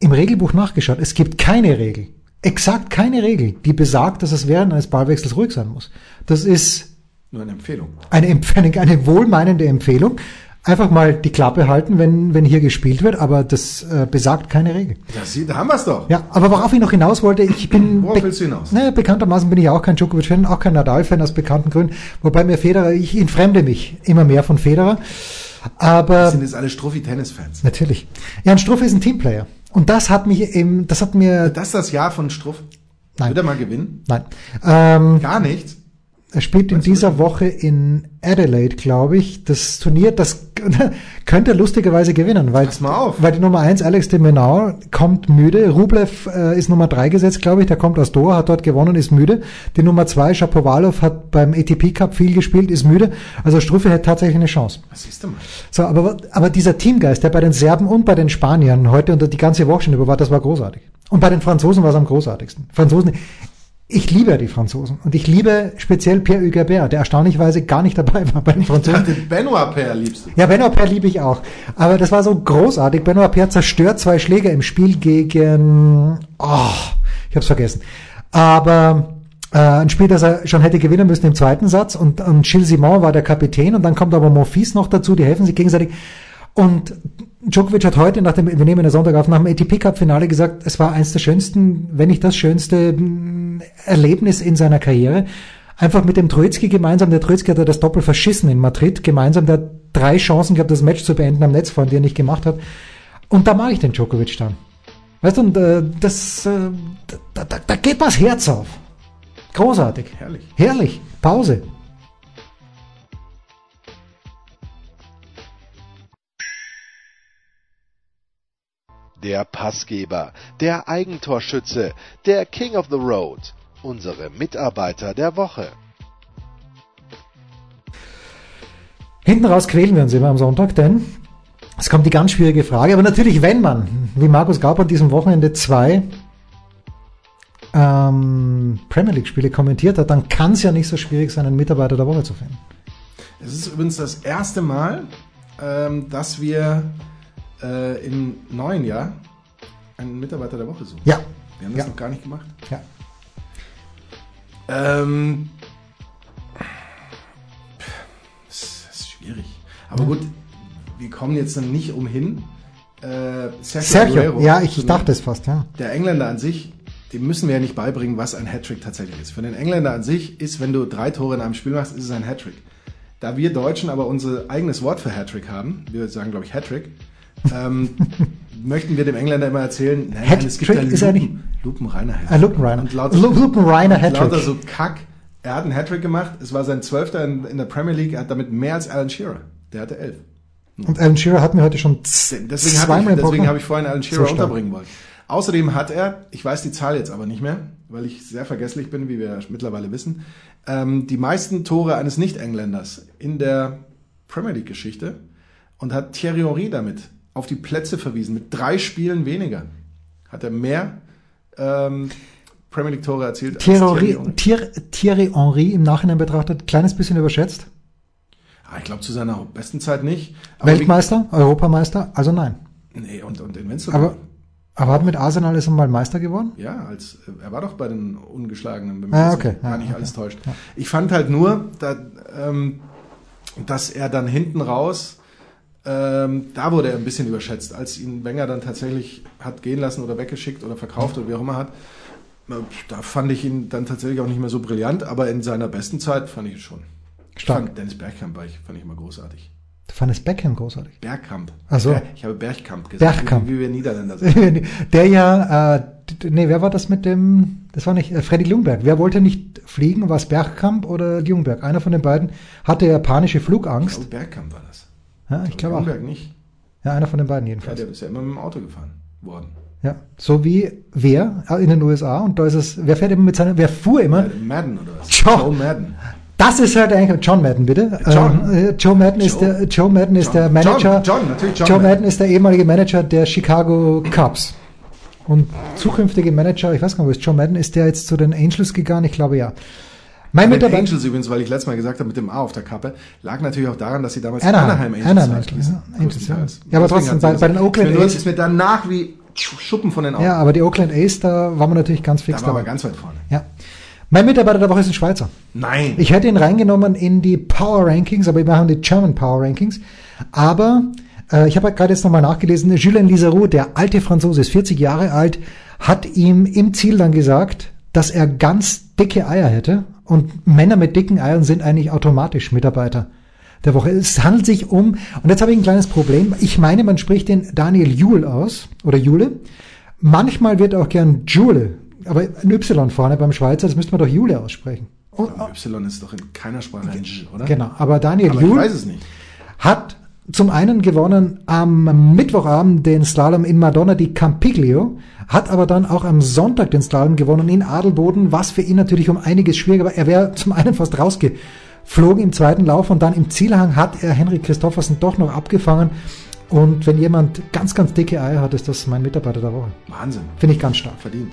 C: im Regelbuch nachgeschaut, es gibt keine Regel, exakt keine Regel, die besagt, dass es während eines Ballwechsels ruhig sein muss. Das ist
D: Nur eine Empfehlung.
C: eine, Empf- eine, eine wohlmeinende Empfehlung. Einfach mal die Klappe halten, wenn, wenn hier gespielt wird, aber das äh, besagt keine Regel.
D: Da, sie- da haben wir es doch.
C: Ja, aber worauf ich noch hinaus wollte, ich bin.
D: Worauf
C: be-
D: willst du hinaus?
C: Naja, bekanntermaßen bin ich auch kein Djokovic-Fan, auch kein Nadal-Fan aus bekannten Gründen. Wobei mir Federer, ich entfremde mich immer mehr von Federer.
D: Das
C: Aber
D: sind jetzt alle Struffi-Tennis-Fans.
C: natürlich. Jan Struff ist ein Teamplayer. Und das hat mich eben, das hat mir.
D: Das ist das Jahr von Struff.
C: Nein.
D: Wird er mal gewinnen?
C: Nein. Ähm,
D: Gar nichts.
C: er spielt in
D: Weißt du
C: dieser Woche in Adelaide, glaube ich, das Turnier, das (laughs) könnte er lustigerweise gewinnen, weil,
D: Pass mal auf.
C: weil die Nummer eins Alex de Menau, kommt müde. Rublev äh, ist Nummer drei gesetzt, glaube ich, der kommt aus Doha, hat dort gewonnen, ist müde. Die Nummer zwei Shapovalov, hat beim ATP Cup viel gespielt, ist müde. Also Struffe hätte tatsächlich eine Chance.
D: Was siehst du mal?
C: So, aber, aber dieser Teamgeist, der bei den Serben und bei den Spaniern heute und die ganze Woche schon über war, das war großartig. Und bei den Franzosen war es am großartigsten. Franzosen, ich liebe ja die Franzosen. Und ich liebe speziell Pierre Hugerbert, der erstaunlicherweise gar nicht dabei war bei den
D: Ja,
C: Franzosen.
D: den Benoit-Pair liebst du.
C: (laughs) Ja, Benoit Paire liebe ich auch. Aber das war so großartig. Benoit Paire zerstört zwei Schläger im Spiel gegen... Oh, ich hab's vergessen. Aber äh, ein Spiel, das er schon hätte gewinnen müssen im zweiten Satz. Und, und Gilles Simon war der Kapitän. Und dann kommt aber Monfils noch dazu. Die helfen sich gegenseitig. Und Djokovic hat heute, nach dem, wir nehmen ja Sonntag auf, nach dem ATP-Cup-Finale gesagt, es war eins der schönsten, wenn nicht das schönste mh, Erlebnis in seiner Karriere. Einfach mit dem Troitzki gemeinsam, der Troitzki hat ja das Doppel verschissen in Madrid, gemeinsam, der hat drei Chancen gehabt, das Match zu beenden am Netz, vor allem, die er nicht gemacht hat. Und da mag ich den Djokovic dann. Weißt du, und äh, das, äh, da, da, da geht was Herz auf. Großartig.
D: Herrlich.
C: Herrlich. Pause.
B: Der Passgeber, der Eigentorschütze, der King of the Road, unsere Mitarbeiter der Woche.
C: Hinten raus quälen wir uns immer am Sonntag, denn es kommt die ganz schwierige Frage. Aber natürlich, wenn man, wie Markus Gaub an diesem Wochenende zwei ähm, Premier League-Spiele kommentiert hat, dann kann es ja nicht so schwierig sein, einen Mitarbeiter der Woche zu finden.
D: Es ist übrigens das erste Mal, ähm, dass wir äh, im neuen Jahr einen Mitarbeiter der Woche suchen.
C: Ja,
D: Wir haben das
C: Ja.
D: noch gar nicht gemacht.
C: ja.
D: Ähm, pff, das ist schwierig. Aber gut, wir kommen jetzt dann nicht umhin, äh, Sergio,
C: Sergio,
D: Aguero
C: ja, ich,
D: zu
C: ich
D: nehmen.
C: dachte es fast, ja.
D: Der Engländer an sich, dem müssen wir ja nicht beibringen, was ein Hattrick tatsächlich ist. Für den Engländer an sich ist, wenn du drei Tore in einem Spiel machst, ist es ein Hattrick. Da wir Deutschen aber unser eigenes Wort für Hattrick haben, wir sagen, glaube ich, Hattrick,
C: (laughs)
D: ähm, möchten wir dem Engländer immer erzählen, nein, nein, es gibt
C: Hattrick
D: einen
C: ist eigentlich-
D: Lupen, Lupenreiner.
C: Ein Lupenreiner.
D: Und laut,
C: Äh, Lu- Lupenreiner Hattrick.
D: lauter so Kack. Er hat einen Hattrick gemacht, es war sein zwölfter in, in der Premier League, er hat damit mehr als Alan Shearer. Der hatte elf.
C: Und Alan Shearer hat mir heute schon
D: Deswegen,
C: zweimal
D: hatte ich,
C: im
D: deswegen
C: Programm.
D: habe ich vorhin Alan Shearer
C: So stark.
D: unterbringen wollen. Außerdem hat er, ich weiß die Zahl jetzt aber nicht mehr, weil ich sehr vergesslich bin, wie wir mittlerweile wissen, ähm, die meisten Tore eines Nicht-Engländers in der Premier League-Geschichte und hat Thierry Henry damit auf die Plätze verwiesen. Mit drei Spielen weniger hat er mehr ähm, Premier League-Tore erzielt
C: Thierry,
D: Henry.
C: Thier, Thierry Henry im Nachhinein betrachtet, kleines bisschen überschätzt.
D: Ah, ich glaube, zu seiner besten Zeit nicht. wie-
C: Weltmeister, Europameister, also nein.
D: Nee, und, und Invincible.
C: Aber, aber hat mit Arsenal ist er mal Meister geworden?
D: Ja, als äh, er war doch bei den Ungeschlagenen, wenn mich
C: Ah,
D: das
C: okay.
D: nicht- gar
C: Ja,
D: nicht
C: okay.
D: alles täuscht. Ich fand halt nur, da, ähm, dass er dann hinten raus, ähm, da wurde er ein bisschen überschätzt, als ihn Wenger dann tatsächlich hat gehen lassen oder weggeschickt oder verkauft oder wie auch immer hat. na, Da fand ich ihn dann tatsächlich auch nicht mehr so brillant, aber in seiner besten Zeit fand ich ihn schon. Ich
C: Stark.
D: fand Dennis Bergkamp war ich, fand ich immer großartig.
C: Du fandest Beckham großartig. (laughs)
D: Bergkamp.
C: Ach so.
D: Ja, Ich habe Bergkamp gesagt,
C: Bergkamp.
D: Wie, wie wir Niederländer sagen.
C: Der ja, äh, nee, wer war das mit dem, das war nicht, äh, Freddy Ljungberg. Wer wollte nicht fliegen? War es Bergkamp oder Ljungberg? Einer von den beiden hatte ja panische
D: Oh,
C: Flugangst.
D: Bergkamp war das.
C: Ja, ich glaube auch.
D: Berg nicht.
C: Ja, einer von den beiden
D: Ja,
C: jedenfalls.
D: der ist ja immer mit dem Auto gefahren worden.
C: Ja, so wie wer äh, in den USA und da ist es, wer fährt immer mit seiner, wer fuhr immer?
D: Äh, Madden oder was?
C: Tja.
D: Joe Madden.
C: Das ist halt eigentlich John Madden, bitte.
D: John.
C: Äh, Joe Madden ist
D: Joe.
C: der Joe Madden ist
D: John.
C: der Manager.
D: John, John, natürlich John
C: Joe Madden
D: Madden.
C: ist der ehemalige Manager der Chicago Cubs. Und zukünftige Manager, ich weiß gar nicht, wo ist Joe Madden, ist der jetzt zu den Angels gegangen? Ich glaube ja. Mein
D: Mit den
C: Mitarbeiter
D: Angels übrigens, weil ich letztes Mal gesagt habe, mit dem A auf der Kappe, lag natürlich auch daran, dass sie damals
C: Anaheim, Anaheim
D: heißt,
C: Angels, ja. Angels,
D: größtenteils.
C: ja. Ja, aber
D: Deswegen
C: trotzdem,
D: hat sie
C: bei-
D: das-
C: bei den
D: ist mir
C: Oakland
D: nur-
C: A's-
D: Ist mir danach wie Schuppen von den Augen.
C: Ja, aber die Oakland A's, da waren wir natürlich ganz fix
D: genau. da war aber
C: dabei.
D: ganz weit vorne.
C: ja. Mein Mitarbeiter der Woche ist ein Schweizer.
D: Nein.
C: Ich hätte ihn reingenommen in die Power Rankings, aber wir machen die German Power Rankings. Aber äh, ich habe gerade jetzt nochmal nachgelesen, Julien Lisaroux, der alte Franzose, ist 40 Jahre alt, hat ihm im Ziel dann gesagt, dass er ganz dicke Eier hätte. Und Männer mit dicken Eiern sind eigentlich automatisch Mitarbeiter der Woche. Es handelt sich um, und jetzt habe ich ein kleines Problem. Ich meine, man spricht den Daniel Juhl aus, oder Jule. Manchmal wird auch gern Jule, aber ein Y vorne beim Schweizer, das müsste man doch Jule aussprechen. Und,
D: Y ist doch in keiner Sprache ein G, oder?
C: Genau, aber Daniel
D: Aber ich
C: Juhl
D: weiß es nicht.
C: hat zum einen gewonnen am Mittwochabend den Slalom in Madonna di Campiglio, hat aber dann auch am Sonntag den Slalom gewonnen in Adelboden, was für ihn natürlich um einiges schwieriger war. Er wäre (laughs) zum einen fast rausgeflogen im zweiten Lauf und dann im Zielhang hat er Henrik Christoffersen doch noch abgefangen. Und wenn jemand ganz, ganz dicke Eier hat, ist das mein Mitarbeiter der Woche.
D: Wahnsinn.
C: Finde ich ganz stark.
D: Verdient.